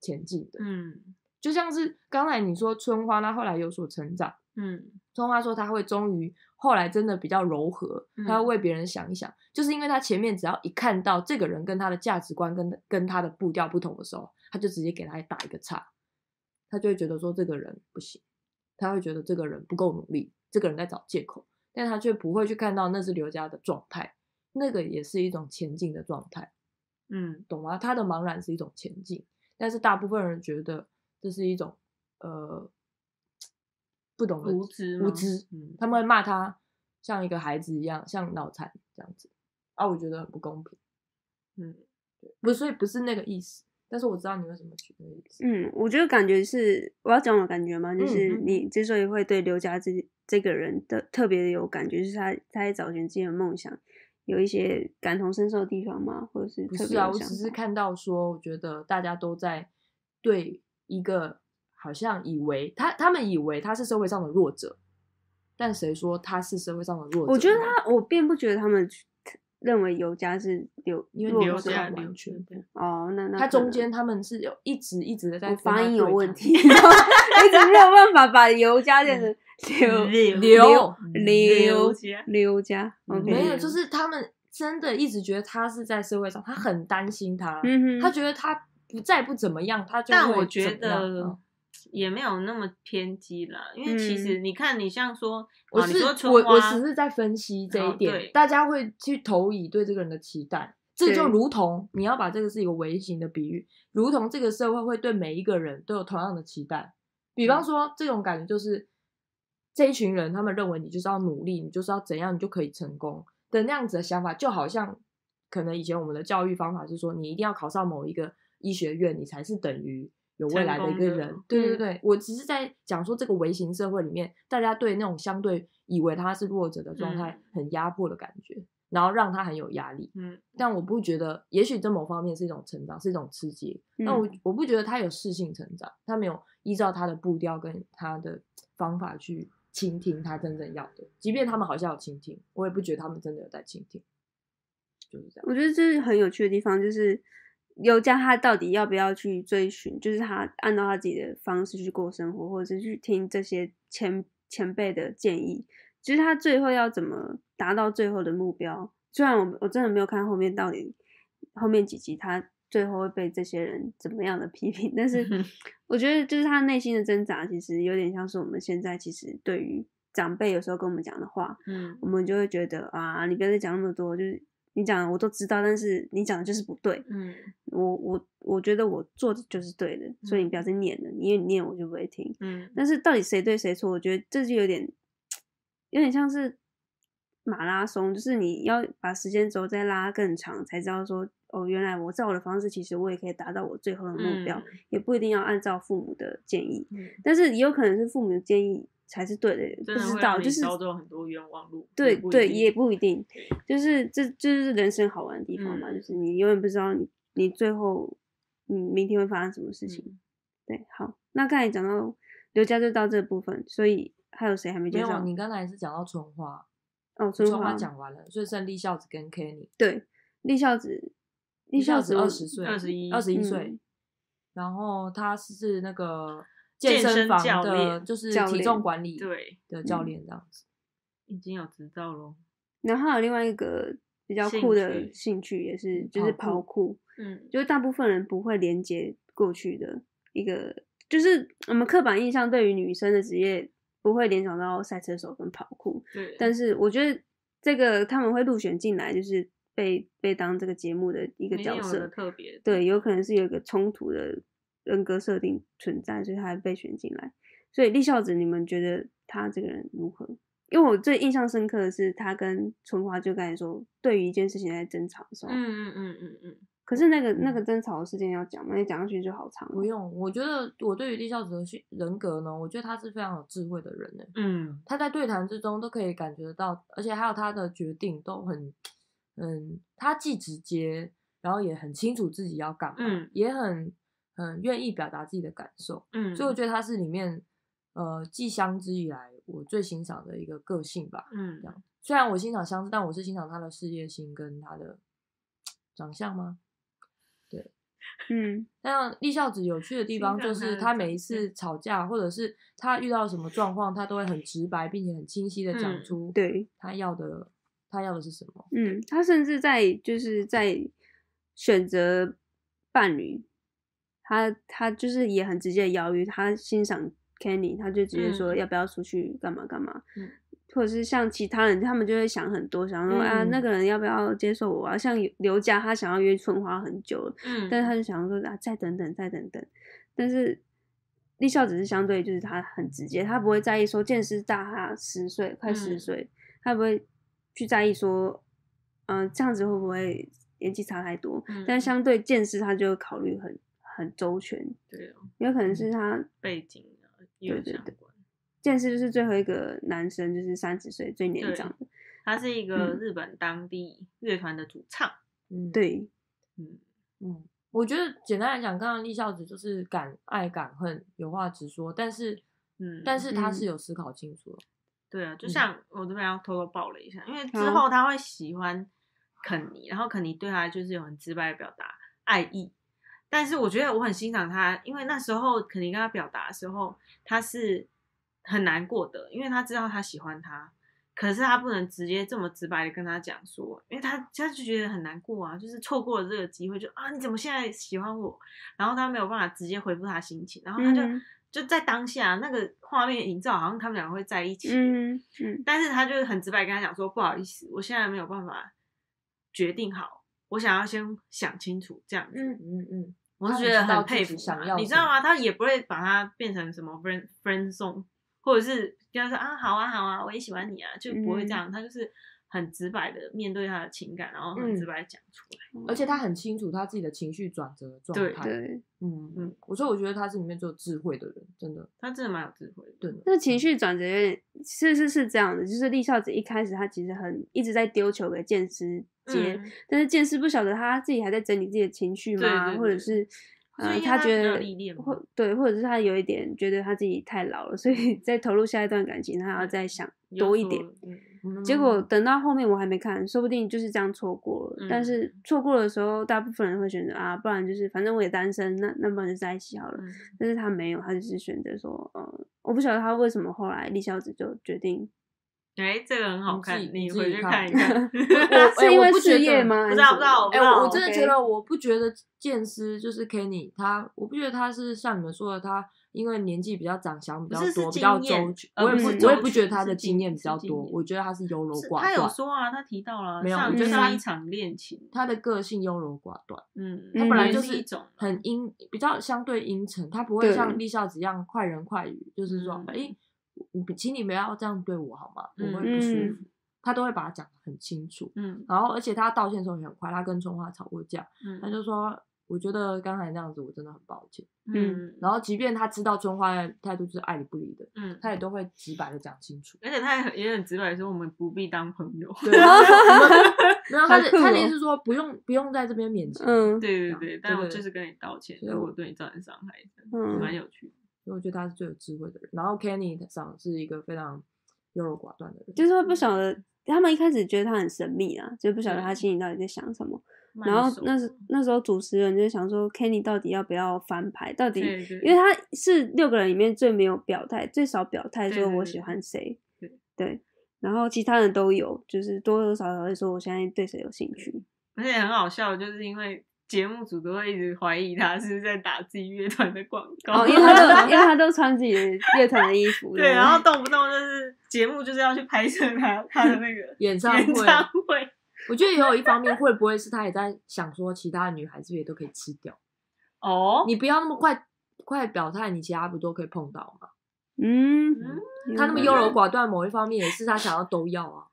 S1: 前进的。
S2: 嗯
S1: 就像是刚才你说春花，她后来有所成长。
S2: 嗯
S1: 春花说她会终于后来真的比较柔和，
S2: 嗯
S1: 她会为别人想一想，就是因为她前面只要一看到这个人跟她的价值观跟跟她的步调不同的时候，她就直接给他打一个叉，她就会觉得说这个人不行，她会觉得这个人不够努力，这个人在找借口，但她却不会去看到那是刘家的状态，那个也是一种前进的状态。
S2: 嗯
S1: 懂吗？他的茫然是一种前进，但是大部分人觉得这是一种呃不懂的
S2: 无知
S1: 无
S2: 吗
S1: 知，
S2: 嗯
S1: 他们会骂他像一个孩子一样，像脑残这样子啊，我觉得很不公平，
S2: 嗯，
S1: 不是，所以不是那个意思。但是我知道你为什么举那个例子，
S3: 嗯，我觉得感觉是我要讲我的感觉嘛，就
S1: 嗯
S3: 是
S1: 嗯
S3: 你之所以会对刘佳这这个人的特别的有感觉，就是他他在找寻自己的梦想，有一些感同身受的地方嘛，或者是
S1: 不
S3: 特
S1: 是
S3: 别
S1: 啊，
S3: 有
S1: 我
S3: 想
S1: 只是
S3: 法
S1: 看到说，我觉得大家都在对一个好像以为他他们以为他是社会上的弱者，但谁说他是社会上的弱者呢？
S3: 我觉得他，我并不觉得他们认为尤佳是刘
S1: 因为
S3: 弱
S2: 刘
S1: 是
S3: 者
S2: 佳
S1: 很
S2: 刘
S1: 完全不
S3: 哦，那那
S1: 他
S3: 可
S1: 中
S3: 能
S1: 间他们是有一直一直的在
S3: 我
S1: 跟
S3: 发
S1: 他
S3: 音有
S1: 对
S3: 问
S1: 抗
S3: 题，
S1: (laughs)
S3: 然后我一直没有办法把尤佳变成刘
S2: 刘嗯
S1: 刘嗯
S3: 刘
S2: 佳
S3: 刘佳，OK，
S1: 没
S3: (laughs)
S1: 有，就是他们真的一直觉得他是在社会上，他很担心他，
S3: 嗯哼，
S1: 他觉得他不再不怎么样，他就
S2: 但
S1: 会
S2: 我觉
S1: 怎么样
S2: 得
S1: 嗯
S2: 哦也没有那么偏激啦，因为其实你看，你像说，
S1: 嗯我
S2: 哦你
S1: 是
S2: 说春
S1: 我我
S2: 花
S1: 只是在分析这一
S2: 哦
S1: 点
S2: 对，
S1: 大家会去投以对这个人的期待。这就
S3: 对
S1: 如同你要把这个是一个微型的比喻，如同这个社会会对每一个人都有同样的期待。比
S2: 嗯
S1: 方说，这种感觉就是这一群人，他们认为你就是要努力，你就是要怎样，你就可以成功的那样子的想法，就好像可能以前我们的教育方法是说，你一定要考上某一个医学院，你才是等于有未来的一个
S2: 成
S1: 人
S2: 功的。
S1: 对对对，我只是在讲说这个微型社会里面，大家对那种相对以为他是弱者的状态
S2: 嗯
S1: 很压迫的感觉，然后让他很有压力。
S2: 嗯
S1: 但我不觉得，也许在某方面是一种成长，是一种刺激。但我我不觉得他有适性成长，他没有依照他的步调跟他的方法去倾听他真正要的。即便他们好像有倾听，我也不觉得他们真的有在倾听，就是这样。
S3: 我觉得这是很有趣的地方，就是尤佳他到底要不要去追寻，就是他按照他自己的方式去过生活，或者是去听这些前前辈的建议，就是他最后要怎么达到最后的目标。虽然我我真的没有看后面到底后面几集他最后会被这些人怎么样的批评，但
S1: (laughs)
S3: 是我觉得就是他内心的挣扎，其实有点像是我们现在其实对于长辈有时候跟我们讲的话，
S2: 嗯，
S3: 我们就会觉得啊，你不要再讲那么多，就是你讲的我都知道，但是你讲的就是不对，
S2: 嗯，
S3: 我我我觉得我做的就是对的，所以你不要再念了，因为你念我就不会听。
S2: 嗯，
S3: 但是到底谁对谁错，我觉得这就有点有点像是马拉松，就是你要把时间轴再拉更长，才知道说哦，原来我照我的方式，其实我也可以达到我最后的目标，也不一定要按照父母的建议，
S2: 嗯
S3: 但是也有可能是父母的建议才是对的，
S2: 真
S3: 不
S2: 的
S3: 知
S2: 会
S3: 道
S2: 让你
S3: 就是。
S2: 遭受很多冤枉路，
S3: 对
S2: 也不一
S3: 对，
S2: 定
S3: 也不一定
S2: 对，
S3: 就是这就是人生好玩的地方嘛，
S2: 嗯
S3: 就是你永远不知道你你最后你明天会发生什么事情。
S2: 嗯
S3: 对，好，那刚才讲到刘家就到这部分，所以还有谁还没
S1: 没
S3: 介
S1: 有，啊
S3: 绍？
S1: 你刚才是讲到春花，
S3: 哦，春
S1: 春
S3: 华
S1: 花讲完了，所以剩立孝子跟 Kenny，
S3: 对，立孝子，立孝
S1: 子
S3: 我
S1: 二十岁，
S2: 21
S1: 二十一岁
S3: 嗯，
S1: 然后他是那个
S2: 健
S1: 身
S2: 身
S1: 房
S2: 教
S1: 的，
S2: 练
S1: 就是
S3: 教
S1: 体
S3: 练嗯
S1: 重管理
S2: 对，
S1: 的教练这样子。
S2: 已经有执照喽，
S3: 然后还有另外一个比较酷的
S2: 兴趣
S3: 兴趣也是就是
S1: 跑
S3: 跑酷，
S2: 嗯，
S3: 就是大部分人不会连接过去的一个，就是我们刻板印象对于女生的职业不会联想到赛车手跟跑酷，
S2: 对，
S3: 但是我觉得这个他们会入选进来，就是被被当这个节目的一个
S2: 一定
S3: 角
S2: 有
S3: 色，
S2: 个特别的，
S3: 对，有可能是有一个冲突的人格设定存在，所以他还被选进来。所以立孝子，你们觉得他这个人如何？因为我最印象深刻的是他跟春花就刚才说，对于一件事情在争吵的时
S2: 嗯，
S3: 候，
S2: 嗯嗯嗯嗯
S3: 可是那个那个争吵的事件要讲吗？你讲下去就好长
S1: 不
S3: 了。
S1: 用，我觉得我对于立孝子的性人格呢，我觉得他是非常有智慧的人呢。
S2: 嗯
S1: 他在对谈之中都可以感觉得到，而且还有他的决定都很，嗯，他既直接，然后也很清楚自己要干嘛，
S2: 嗯
S1: 也很很愿意表达自己的感受，
S2: 嗯，
S1: 所以我觉得他是里面呃继相知以来我最欣赏的一个个性吧。
S2: 嗯
S1: 虽然我欣赏相知，但我是欣赏他的事业心跟他的长相吗？
S3: 嗯
S1: 那立孝子有趣的地方就
S2: 欣赏
S1: 是，
S2: 他的
S1: 他每
S2: 长
S1: 一次吵架，或者是他遇到什么状况，他都会很直白，并且很清晰的讲
S2: 嗯
S1: 出
S3: 对，
S1: 他要的，他要的是什么。
S3: 嗯，他甚至在就是在选择伴侣，他他就是也很直接的邀约，他欣赏 Kenny，他就直接说
S2: 嗯
S3: 要不要出去干嘛干嘛，
S2: 嗯
S3: 或者是像其他人，他们就会想很多，想说、啊
S1: 嗯
S3: 那个人要不要接受我啊？像刘佳，他想要约春花很久了，
S2: 嗯，
S3: 但是他就想说啊再等等再等等，但是。立孝只是相对，就是他很直接，他不会在意说见识大他十岁，快十
S2: 嗯
S3: 岁，他不会去在意说，嗯、这样子会不会年纪差太多？
S2: 嗯
S3: 但相对见识，他就会考虑很很周全，
S2: 对哦
S3: 有可能是他
S2: 背景啊也有
S3: 对对
S2: 相
S3: 对
S2: 关。
S3: 见识就是最后一个男生，就是三十岁最年
S2: 对
S3: 长的，
S2: 他是一个
S3: 嗯
S2: 日本当地乐团的主唱，
S1: 嗯，，
S3: 对，
S2: 嗯
S1: 嗯，我觉得简单来讲，刚刚立孝子就是敢爱敢恨，有话直说，但是，
S2: 嗯
S1: 但是他
S3: 嗯
S1: 是有思考清楚的。
S2: 对啊，
S1: 嗯
S2: 就像我这边要偷偷爆了一下，因为之
S3: 好
S2: 后他会喜欢肯尼，然后肯尼对他就是有很直白的表达爱意。但是我觉得我很欣赏他，因为那时候肯尼跟他表达的时候，他是很难过的，因为他知道他喜欢他，可是他不能直接这么直白的跟他讲说，因为他他就觉得很难过啊，就是错过了这个机会，就啊你怎么现在喜欢我？然后他没有办法直接回复他心情，然后他就、
S3: 嗯哼
S2: 就在当下那个画面营造，好像他们两个会在一起，
S3: 嗯嗯
S2: 但是他就是很直白跟他讲说，不好意思，我现在没有办法决定好，我想要先想清楚这样子。
S1: 嗯嗯嗯，
S2: 我
S1: 他
S2: 是
S1: 很
S2: 觉得
S1: 知道
S2: 很
S1: 自
S2: 佩
S1: 己
S2: 服
S1: 想
S2: 他
S1: 要
S2: 你
S1: 什
S2: 知道
S1: 么
S2: 吗？他也不会把它变成什么 friend friend song，或者是跟他说啊好啊好啊，我也喜欢你啊，就不会这
S1: 嗯
S2: 样。他就是很直白的面对他的情感，然后很直
S1: 嗯
S2: 白地讲出来。
S1: 而且他很清楚他自己的情绪转折的状
S2: 对
S1: 态。
S3: 对。
S1: 嗯嗯
S2: 嗯，
S1: 我说我觉得他是里面最有智慧的人，真的，
S2: 他真的蛮有智慧的。
S1: 真的。
S3: 那
S2: 嗯
S3: 情绪转折有点是是是这样的，就是立孝子一开始他其实很一直在丢球给剑师接，
S2: 嗯
S3: 但是剑师不晓得他自己还在整理自己的情绪
S2: 对
S3: 吗？
S2: 对
S3: 或者
S2: 对
S3: 是
S2: 嗯所
S3: 呃，
S2: 以
S3: 他
S2: 他
S3: 觉
S2: 比较
S3: 得
S2: 历练嘛
S3: 或对，或者是他有一点觉得他自己太老了，所以在投入下一段感情，他要
S2: 对
S3: 再想
S2: 嗯有
S3: 多一
S2: 所
S3: 点。，
S2: 嗯
S1: 嗯
S3: 结果等到后面我还没看，说不定就是这样错过了。但是
S2: 嗯
S3: 错过的时候，大部分人会选择啊，不然就是反正我也单身，那那不然就在一起好了。
S2: 嗯
S3: 但是他没有，他只是选择说，呃，我不晓得他为什么后来立孝子就决定
S2: 哎，这个很好看
S1: 你自，己
S2: 你
S1: 你自己
S2: 回去看
S1: 看
S2: 一看。
S1: (laughs) 我
S3: 是因为事业？
S1: 哎我不觉得
S3: 吗？
S2: 不知道，不知道，我不
S1: 哎、
S2: 知道。
S1: 我我真的
S3: OK
S1: 觉得，我不觉得剑师就是 Kenny，他我不觉得他是像你们说的，他因为年纪比较长，想比较
S2: 不是是
S1: 多，比较
S2: 经验
S1: 周全。
S2: 呃
S1: 我也
S3: 不是
S1: 我也
S2: 周
S1: 不觉得
S2: 全
S1: 他
S2: 是
S1: 的
S2: 经
S1: 经验
S2: 是
S1: 比较
S2: 经
S1: 多，
S2: 验
S1: 我觉得他是优柔
S2: 是
S1: 寡断。
S2: 他有说啊，他提到了
S1: 没有
S2: 上
S1: 我觉
S3: 得
S2: 上
S3: 他
S2: 一场恋情，
S1: 他的个性优柔寡断，
S2: 嗯，
S3: 他本
S2: 我觉
S3: 来
S2: 得
S3: 就是
S2: 一种
S1: 很阴，比较相对阴沉，他不
S3: 对
S1: 会像立孝子一样快人快语，就是说
S2: 嗯，
S1: 哎、你请你不要这样对我好吗？我会不舒
S3: 嗯
S1: 服。他都会把它讲得很清楚，
S2: 嗯
S1: 然后而且他道歉的时候也很快，他跟春花吵过架，
S2: 嗯，
S1: 他就说，我觉得刚才那样子我真的很抱歉。
S2: 嗯，
S1: 然后即便他知道春花的态度就是爱理不理的，
S2: 嗯，。
S1: 他也都会直白的讲清楚
S3: (laughs)
S2: 而且他也很也很直白地说，我们不必当朋友。 (laughs)
S1: 对，然后我们没有他的
S3: 好酷哦
S1: 他的意思是说不用不用在这边勉强。
S3: 嗯
S2: 对对
S1: 对
S2: 对，
S1: 对
S2: 但我
S1: 对
S2: 就
S1: 对
S2: 是跟你道歉，
S1: 所以
S2: 如
S1: 我
S2: 果对你造成伤害，
S3: 嗯
S2: 蛮有趣的。
S1: 所以我觉得他是最有智慧的人。然后 Kenny 长是一个非常优柔寡断的人，
S3: 就是会不晓得，他们一开始觉得他很神秘啊，就不晓得他心里到底在想什么。然
S2: 慢
S3: 后
S2: 熟
S3: 那时那时候主持人就想说，Kenny 到底要不要翻牌？到底
S2: 对对，
S3: 因为他是六个人里面最没有表态，最少表态
S2: 对
S3: 说
S2: 对
S3: 我
S2: 对
S3: 喜欢谁
S2: 对，
S3: 对，然后其他人都有，就是多多少少会说我现在对谁有兴趣，
S2: 而且很好笑，就是因为节目组都会一直怀疑他是不是在打自己乐团的
S1: (laughs)
S2: 广告， (laughs)
S3: 哦，因为他都因为他都穿自己的乐团的衣服，
S2: 对，
S3: 不
S2: 然后
S1: 欸
S2: 动不动就是节目就是要去拍摄他他的那个
S1: (laughs) 演唱
S2: 演
S1: 会，
S2: 唱会，
S1: 我觉得也有一方面会不会是他也在想说，其他的女孩子也都可以吃掉，
S2: 哦，
S1: 你不要那么快快表态，你其他不都可以碰到吗？
S3: 嗯，有
S1: 他那么
S3: 可
S1: 优
S3: 能
S2: 嗯
S1: 柔寡断，某一方面也是他想要都要啊。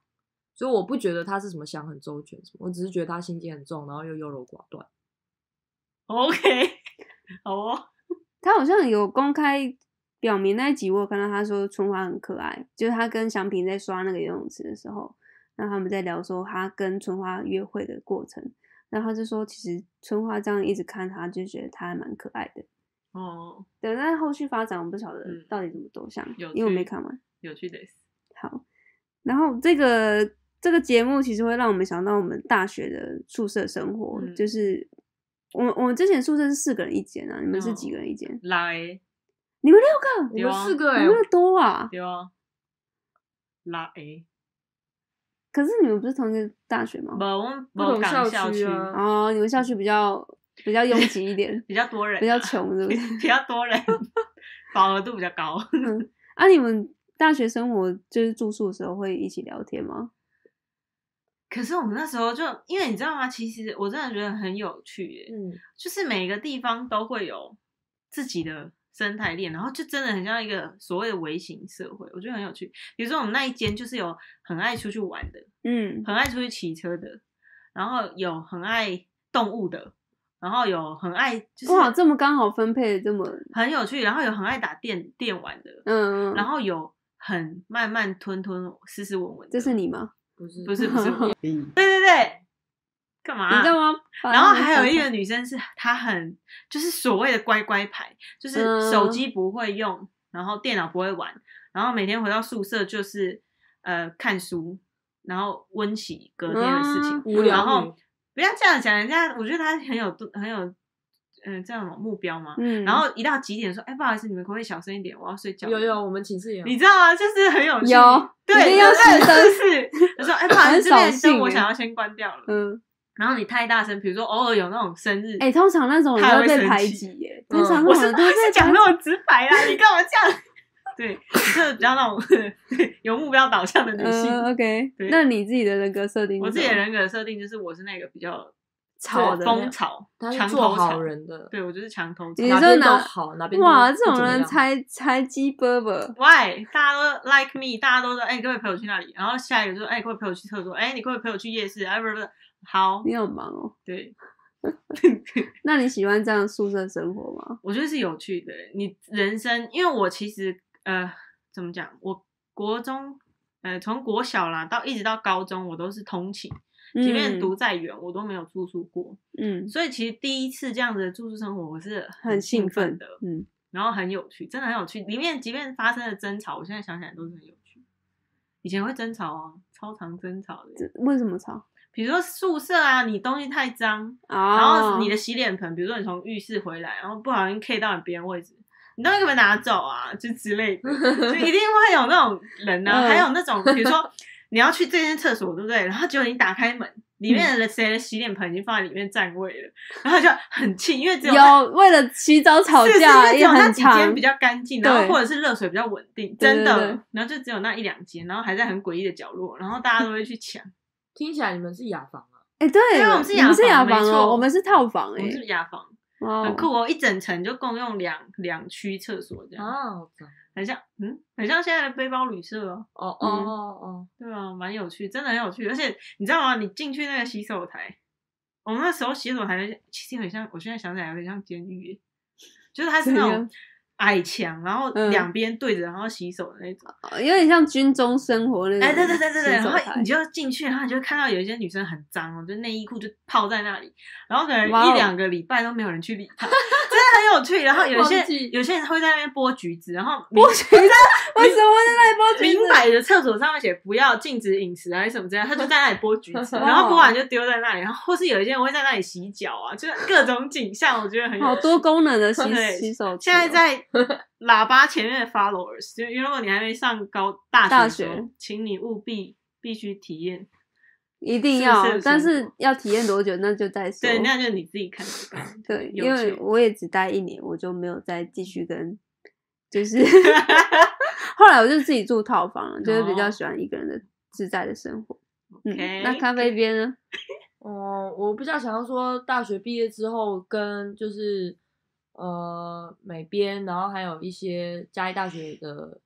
S1: 所以我不觉得他是什么想很周全什么，我只是觉得他心机很重，然后又优柔寡断。
S2: OK，好 (laughs) 哦，
S3: 他好像有公开表明那一集，我有看到他说春花很可爱，就是他跟祥平在刷那个游泳池的时候，然后他们在聊说他跟春花约会的过程，然后他就说其实春花这样一直看他，就觉得他还蛮可爱的。
S2: 哦，
S3: 对，但是后续发展我不晓得
S2: 嗯
S3: 到底怎么走向，
S2: 有
S3: 因为我没
S2: 趣
S3: 看完。
S2: 有趣的是，
S3: 好，然后这个这个节目其实会让我们想到我们大学的宿舍生活，
S2: 嗯
S3: 就是我们我们之前宿舍是四个人一间啊，你们是几
S2: 哦
S3: 个人一间？
S2: 来
S3: 你们六个，
S1: 我
S2: 对
S1: 们
S2: 啊
S1: 四个
S3: 你
S1: 哎、
S3: 们那么多啊？
S2: 对哦，拉 A，
S3: 可是你们不是同一啊个大学吗
S2: 不，？我们
S1: 不
S2: 我
S1: 同
S2: 港
S1: 校
S2: 校
S1: 区
S2: 区，
S1: 啊
S3: 哦，你们校区比较比较拥挤一
S2: (laughs)
S3: 点
S2: 比较多人啊，
S3: 比较穷，是不是？
S2: 比较多人， (laughs) 饱和度比较高。 (laughs)
S3: 啊，你们大学生活就是住宿的时候会一起聊天吗？
S2: 可是我们那时候就，因为你知道吗？其实我真的觉得很有趣耶，
S1: 嗯，
S2: 就是每个地方都会有自己的生态链，然后就真的很像一个所谓的微型社会，我觉得很有趣。比如说我们那一间就是有很爱出去玩的，
S3: 嗯，
S2: 很爱出去骑车的，然后有很爱动物的，然后有很爱就是
S3: 哇，这么刚好分配得这么，
S2: 很有趣，然后有很爱打电电玩的，
S3: 嗯，
S2: 然后有很慢慢吞吞、斯斯文文的。
S3: 这是你吗？
S1: 不是
S2: 不是不
S3: (laughs)
S2: 是，我对对对，干嘛、
S3: 你知道？吗？把
S2: 啊然后
S3: 他们
S2: 还有
S3: 想
S2: 一
S3: 成
S2: 个女生是她很就是所谓的乖乖牌，就是
S3: 嗯
S2: 手机不会用，然后电脑不会玩，然后每天回到宿舍就是呃看书，然后温习隔天的事情。
S3: 嗯
S1: 无聊
S2: 然后
S1: 女
S2: 不要这样讲人家，我觉得她很有很有嗯、呃、这样的目标嘛。
S3: 嗯，
S2: 然后一到几点说，哎、不好意思，你们可不可以小声一点？我要睡觉了。
S1: 有有，我们寝室也有
S2: 你知道吗？就是很有趣，
S3: 有一
S2: 对，
S3: 定要
S2: 对
S3: 熄灯
S2: 是不是？我说，哎，不好意思，这边的灯
S3: 很扫兴
S2: 我
S3: 欸
S2: 想要先关掉了。
S3: 嗯，
S2: 然后你太大声，比如说偶尔有那种生日，
S3: 哎、通常那种人
S2: 他
S3: 会
S2: 会
S3: 被
S2: 生
S3: 排
S2: 气
S3: 挤耶，
S1: 嗯
S3: 通常那
S2: 我是
S3: 种人
S2: 不
S3: 都会
S2: 是
S3: 被
S2: 讲
S3: 排
S2: 那
S3: 挤。
S2: 么直白啦？你干嘛这样？ (laughs) 对，就是比较那种对有目标导向的女
S3: 嗯
S2: 性。
S3: ，OK，
S2: 对
S3: 那你自己的人格设定
S2: 我
S3: 是什么？
S2: 自己的人格设定就是我是那个比较
S1: 吵
S3: 的
S2: 风潮，
S1: 他
S2: 墙
S1: 是
S2: 头
S1: 做
S2: 草
S1: 好，人的，
S2: 对我就是墙头草
S3: 你。
S1: 哪
S3: 说
S1: 边
S3: 哪
S1: 都好，哪边都
S3: 哇，
S1: 不
S3: 这种
S1: 怎么
S3: 人
S1: 样
S3: 才才鸡啵啵，
S2: Why？大家都 like me，大家都说，哎、你可不可以陪我去那里？然后下一个就说，哎、你可不可以陪我去厕所？哎、你可不可以陪我去夜市？哎、不是不是，好，
S3: 你好忙哦。
S2: 对，
S3: 那你喜欢这样的宿舍生活吗？
S2: 我觉得是有趣的。你人生，因为我其实呃，怎么讲？我国中呃，从国小啦到一直到高中，我都是通勤，即便
S3: 嗯
S2: 读再远，我都没有住宿过。
S3: 嗯，
S2: 所以其实第一次这样子的住宿生活，我是
S3: 很
S2: 兴
S3: 兴
S2: 奋
S3: 奋
S2: 的，
S3: 嗯，
S2: 然后很有趣，真的很有趣。里面即便发生了争吵，我现在想起来都是很有趣。以前会争吵啊，超常争吵的。
S3: 这为什么吵？
S2: 比如说宿舍啊，你东西太脏，然
S3: 啊
S2: 后你的洗脸盆，比如说你从浴室回来，然后不小心 K 到你别人位置，你都会被拿走啊，就之类
S3: (laughs)
S2: 的，就一定会有那种人呢、啊，
S3: 嗯
S2: 还有那种比如说你要去这间厕所，对不对？然后结果你打开门，里面的谁的洗脸盆已经放在里面占位了，然后就很气，因为只有那
S3: 有为了洗澡吵
S2: 是是
S3: 架
S2: 因为只
S3: 也
S2: 有那
S3: 很
S2: 几
S3: 长
S2: 间比，较干净，然后
S3: 对
S2: 或者是热水比较稳定，
S3: 对
S2: 真的，
S3: 对对
S2: 然后就只有那一两间，然后还在很诡异的角落，然后大家都会去抢，
S1: 听起来你们是雅房啊，
S3: 哎、对，
S2: 因为我们是雅
S3: 你是雅
S2: 房没
S3: 房哦，
S2: 错
S3: 我们是套房
S2: 我
S3: 哎、
S2: 们是雅房，
S3: 哇
S2: 很
S3: 哦，
S2: 酷哦，一整层就共用两两区厕所这样，
S1: 啊，好脏
S2: 很像，嗯，很像现在的背包旅社哦，
S1: 哦哦
S3: 嗯
S1: 哦哦，
S2: 对啊，蛮有趣，真的很有趣，而且你知道吗？你进去那个洗手台，我们那时候洗手台其实很像，我现在想起来有点像监狱耶，就是它是那
S3: 怎
S2: 种
S3: 样
S2: 矮墙，然后
S3: 嗯
S2: 两边对着，然后洗手的那种。
S3: 哦有点像军中生活那种。
S2: 哎，对对对对对，然
S3: 洗手
S2: 后
S3: 台
S2: 你就进去，然后你就会看到有一些女生很脏哦，就内衣裤就泡在那里，然后可能
S3: 哇哦
S2: 一两个礼拜都没有人去理她， (laughs) 真的很有趣。然后有一
S1: 忘
S2: 些
S1: 记
S2: 有些人会在那边剥橘子，然后剥橘子，
S3: 为什么会在那里包橘
S2: 明
S3: 子？
S2: 摆着厕所上面写不要禁止饮食啊，还是什么之类的，他就在那里剥橘
S3: (laughs)
S2: 子，
S3: 哇哦
S2: 然后剥完就丢在那里，然后或是有一些人会在那里洗脚啊，就是各种景象，我觉得很有
S3: (laughs) 好
S2: 趣
S3: 多功能的洗
S2: 对
S3: 洗手池
S2: 现在
S3: 哦、
S2: 在
S3: (laughs)
S2: 喇叭前面的 followers，就如果你还没上高大学
S3: 大
S2: 的时候
S3: 学
S2: 请你务必必须体验。
S3: 一定
S2: 是
S3: 要，
S2: 是有
S3: 但
S2: 生
S3: 是
S2: 活
S3: 要体验多久那就再说。
S2: 对，那就你自己看着
S1: (laughs)
S2: 办。
S3: 对，
S2: 有
S3: 因为
S2: 趣
S3: 我也只待一年，我就没有再继续跟，就
S2: (laughs)
S3: 是 (laughs) 后来我就自己住套房了，就是比较
S2: 哦
S3: 喜欢一个人的自在的生活。嗯，
S2: OK
S3: 那咖啡边呢？
S1: 哦，我比较想要说，大学毕业之后跟就是呃美编，然后还有一些嘉义大学的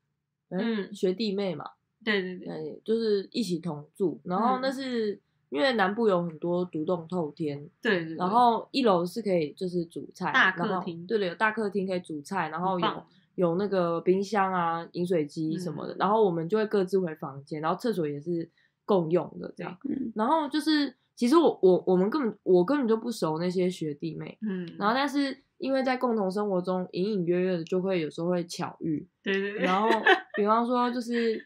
S2: 嗯
S1: 学弟妹嘛，
S2: 对对对，
S1: 嗯，就是一起同住，然后那
S2: 嗯
S1: 是、因为南部有很多独栋透天，
S2: 对对对。
S1: 然后一楼是可以就是煮菜，
S2: 大
S1: 然
S2: 客
S1: 后
S2: 厅
S1: 对的，有大客厅可以煮菜，然后
S2: 很
S1: 有
S2: 棒
S1: 有那个冰箱啊、饮水机什么的，
S2: 嗯
S1: 然后我们就会各自回房间，然后厕所也是共用的这样。
S3: 嗯
S1: 然后就是，其实我我我们根本我根本就不熟那些学弟妹，
S2: 嗯，
S1: 然后但是因为在共同生活中隐隐约约的就会有时候会巧遇，
S2: 对对对，
S1: 然后比方说就是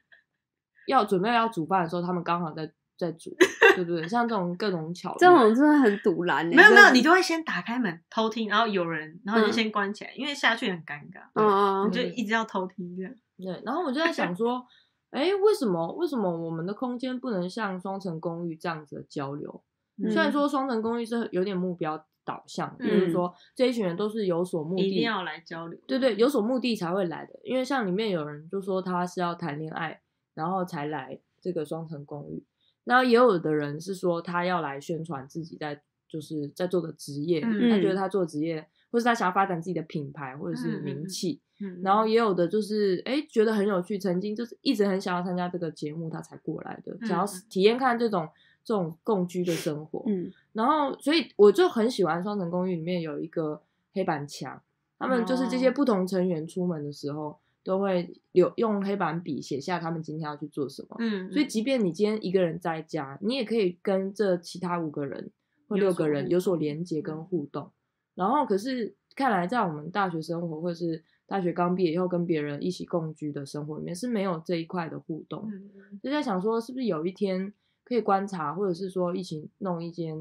S1: 要准备要煮饭的时候，他们刚好在在煮，对不对？像这种各种巧遇，
S3: 这种真的很堵拦、欸，
S2: 没有没有，
S3: 真的
S2: 你就会先打开门偷听，然后有人，然
S1: 嗯
S2: 后你就先关起来，因为下去很尴尬，
S3: 嗯嗯
S2: 你
S3: 嗯
S2: 就一直要偷听这样。
S1: 对，然后我就在想说，哎，为什么为什么我们的空间不能像双层公寓这样子的交流？
S3: 嗯
S1: 虽然说双层公寓是有点目标导向，就是
S3: 嗯
S1: 说这一群人都是有所目
S2: 嗯一定
S1: 的，
S2: 要来交流。
S1: 对对，有所目的才会来的。因为像里面有人就说他是要谈恋爱，然后才来这个双层公寓，然后也有的人是说他要来宣传自己在就是在做的职业，
S2: 嗯
S1: 他觉得他做的职业，或是他想要发展自己的品牌或者是
S2: 嗯嗯
S1: 名
S2: 嗯
S1: 气。
S2: 嗯，
S1: 然后也有的就是哎、诶觉得很有趣，曾经就是一直很想要参加这个节目，他才过来的，想要
S2: 嗯嗯
S1: 体验看这种这种共居的生活。
S3: 嗯
S1: 然后，所以我就很喜欢《双层公寓》里面有一个黑板墙，他们就是这些
S2: 哦
S1: 不同成员出门的时候都会留用黑板笔写下他们今天要去做什么。
S2: 嗯，
S1: 所以，即便你今天一个人在家，你也可以跟这其他五个人或
S2: 有
S1: 六
S2: 所
S1: 个人
S2: 互
S1: 有所
S2: 动
S1: 连接跟
S2: 嗯
S1: 互动。然后，可是看来在我们大学生活或是大学刚毕业以后跟别人一起共居的生活里面是没有这一块的互动。
S2: 嗯嗯
S1: 就在想说，是不是有一天可以观察，或者是说一起弄一间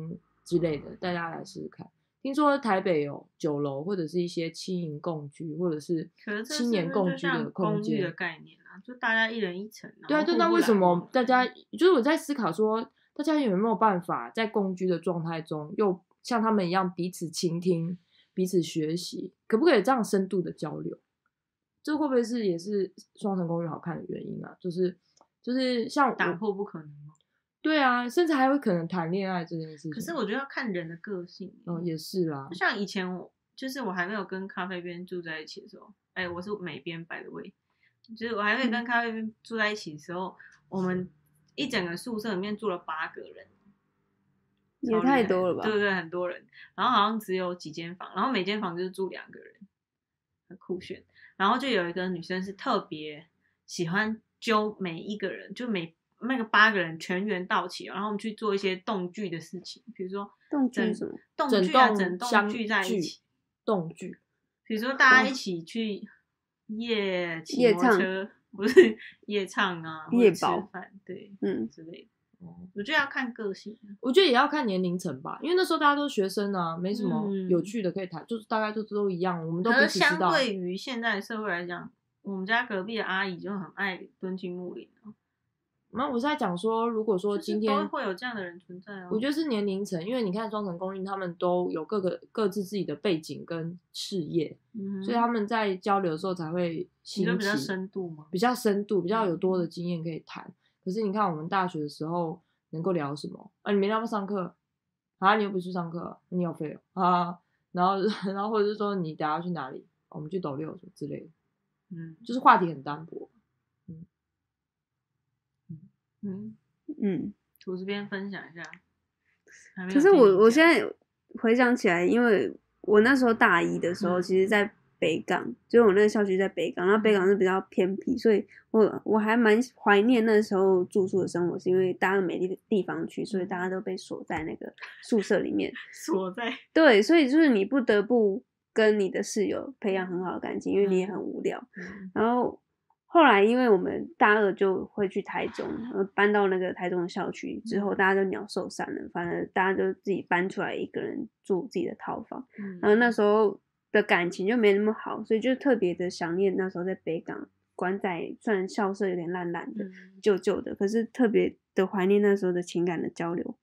S1: 之类的，大家来试试看。听说台北有酒楼，或者是一些轻盈共居，或者是
S2: 可是这
S1: 青年
S2: 是不
S1: 共
S2: 是就
S1: 居的
S2: 像
S1: 空
S2: 公寓
S1: 间
S2: 的。概念啊，就大家一人一层。
S1: 对啊，
S2: 就
S1: 就那为什么大
S2: 嗯
S1: 家就是我在思考说，大家有没有办法在共居的状态中，又像他们一样彼此倾听、彼此学习，可不可以这样深度的交流？这会不会是也是双城公寓好看的原因啊？就是就是像
S2: 打
S1: 我
S2: 破不可能吗？
S1: 对啊，甚至还会可能谈恋爱这件事情。
S2: 可是我觉得要看人的个性。欸
S1: 哦也是啦
S2: 就，像以前我，就是我还没有跟咖啡边住在一起的时候，哎、我是美边摆的位，就是我还没有
S3: 嗯
S2: 跟咖啡边住在一起的时候，我们一整个宿舍里面住了八个人，
S3: 也
S2: 超厉
S3: 太
S2: 害
S3: 多了吧？
S2: 对对，很多人，然后好像只有几间房，然后每间房就是住两个人，很酷炫。然后就有一个女生是特别喜欢揪每一个人，就每那个八个人全员到齐，然后我们去做一些动剧的事情，比如说
S3: 动剧
S2: 整
S3: 什么？
S2: 动
S1: 整
S2: 剧啊，
S1: 栋
S2: 整
S1: 相
S2: 栋聚在一起。
S1: 动剧
S2: 比如说大家一起去夜骑
S3: 哦夜
S2: 摩托
S3: 唱
S2: 车，不是夜唱啊，或者
S3: 夜
S2: 吃
S3: 保
S2: 饭对
S3: 嗯，
S2: 之类的，哦我觉得要看个性，
S1: 我觉得也要看年龄层吧，因为那时候大家都是学生啊，没什么
S2: 嗯
S1: 有趣的可以谈，就是大概就是都一样，我们都
S2: 可
S1: 彼
S2: 是
S1: 此知
S2: 相
S1: 道。
S2: 对于现在的社会来讲，我们家隔壁的阿姨就很爱蹲进木林啊，
S1: 那我是在讲说，如果说
S2: 就是
S1: 今天
S2: 都会有这样的人存在啊。
S1: 我觉得是年龄层，因为你看双城公寓，他们都有各个各自自己的背景跟事业，
S2: 得
S1: 所以他们在交流的时候才会
S2: 嗯你
S1: 兴
S2: 说
S1: 起，
S2: 比较深度吗？
S1: 比较深度，比较有多
S3: 嗯
S1: 的经验可以谈。可是你看我们大学的时候能够聊什么？啊，你没那么上课，啊，你又不去上课，你有废哦啊，然后 (laughs) 然后或者是说你等下去哪里？我们去斗六什么之类的，
S2: 嗯
S1: 就是话题很单薄。
S2: 嗯，
S3: 嗯，
S2: 吐司边分享一下。还没有
S3: 可是
S2: 听你
S3: 我
S2: 讲
S3: 我现在回想起来，因为我那时候大一的时候，
S2: 嗯
S3: 其实在北港，就是我那个校区在北港，然后北港是比较偏僻，所以我我还蛮怀念那时候住宿的生活，是因为大家没地地方去，
S2: 嗯
S3: 所以大家都被锁在那个宿舍里面。
S2: 锁在
S3: 对，所以就是你不得不跟你的室友培养很好的感情，因为
S2: 嗯
S3: 你也很无聊。然后后来，因为我们大二就会去台中，呃，搬到那个台中的校区之后，大家就鸟兽散了，反正大家就自己搬出来一个人住自己的套房。然啊后那时候的感情就没那么好，所以就特别的想念那时候在北港管仔，虽然校舍有点烂烂的，
S2: 嗯
S3: 旧旧的，可是特别的怀念那时候的情感的交流。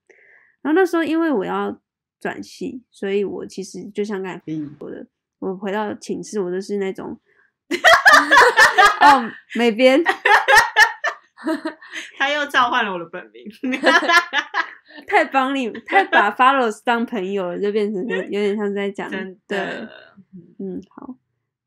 S3: 然后那时候因为我要转系，所以我其实就像刚才
S2: 嗯
S3: 说的，我回到寝室我就是那种， (laughs) 哦，美编，
S2: 他又召唤了我的本
S3: (laughs)
S2: 名，
S3: 太帮你，太
S2: (laughs)
S3: 把 follows 当朋友了，就变成有点像是在讲
S2: 真
S3: 对，
S2: 的，嗯
S3: 嗯，好，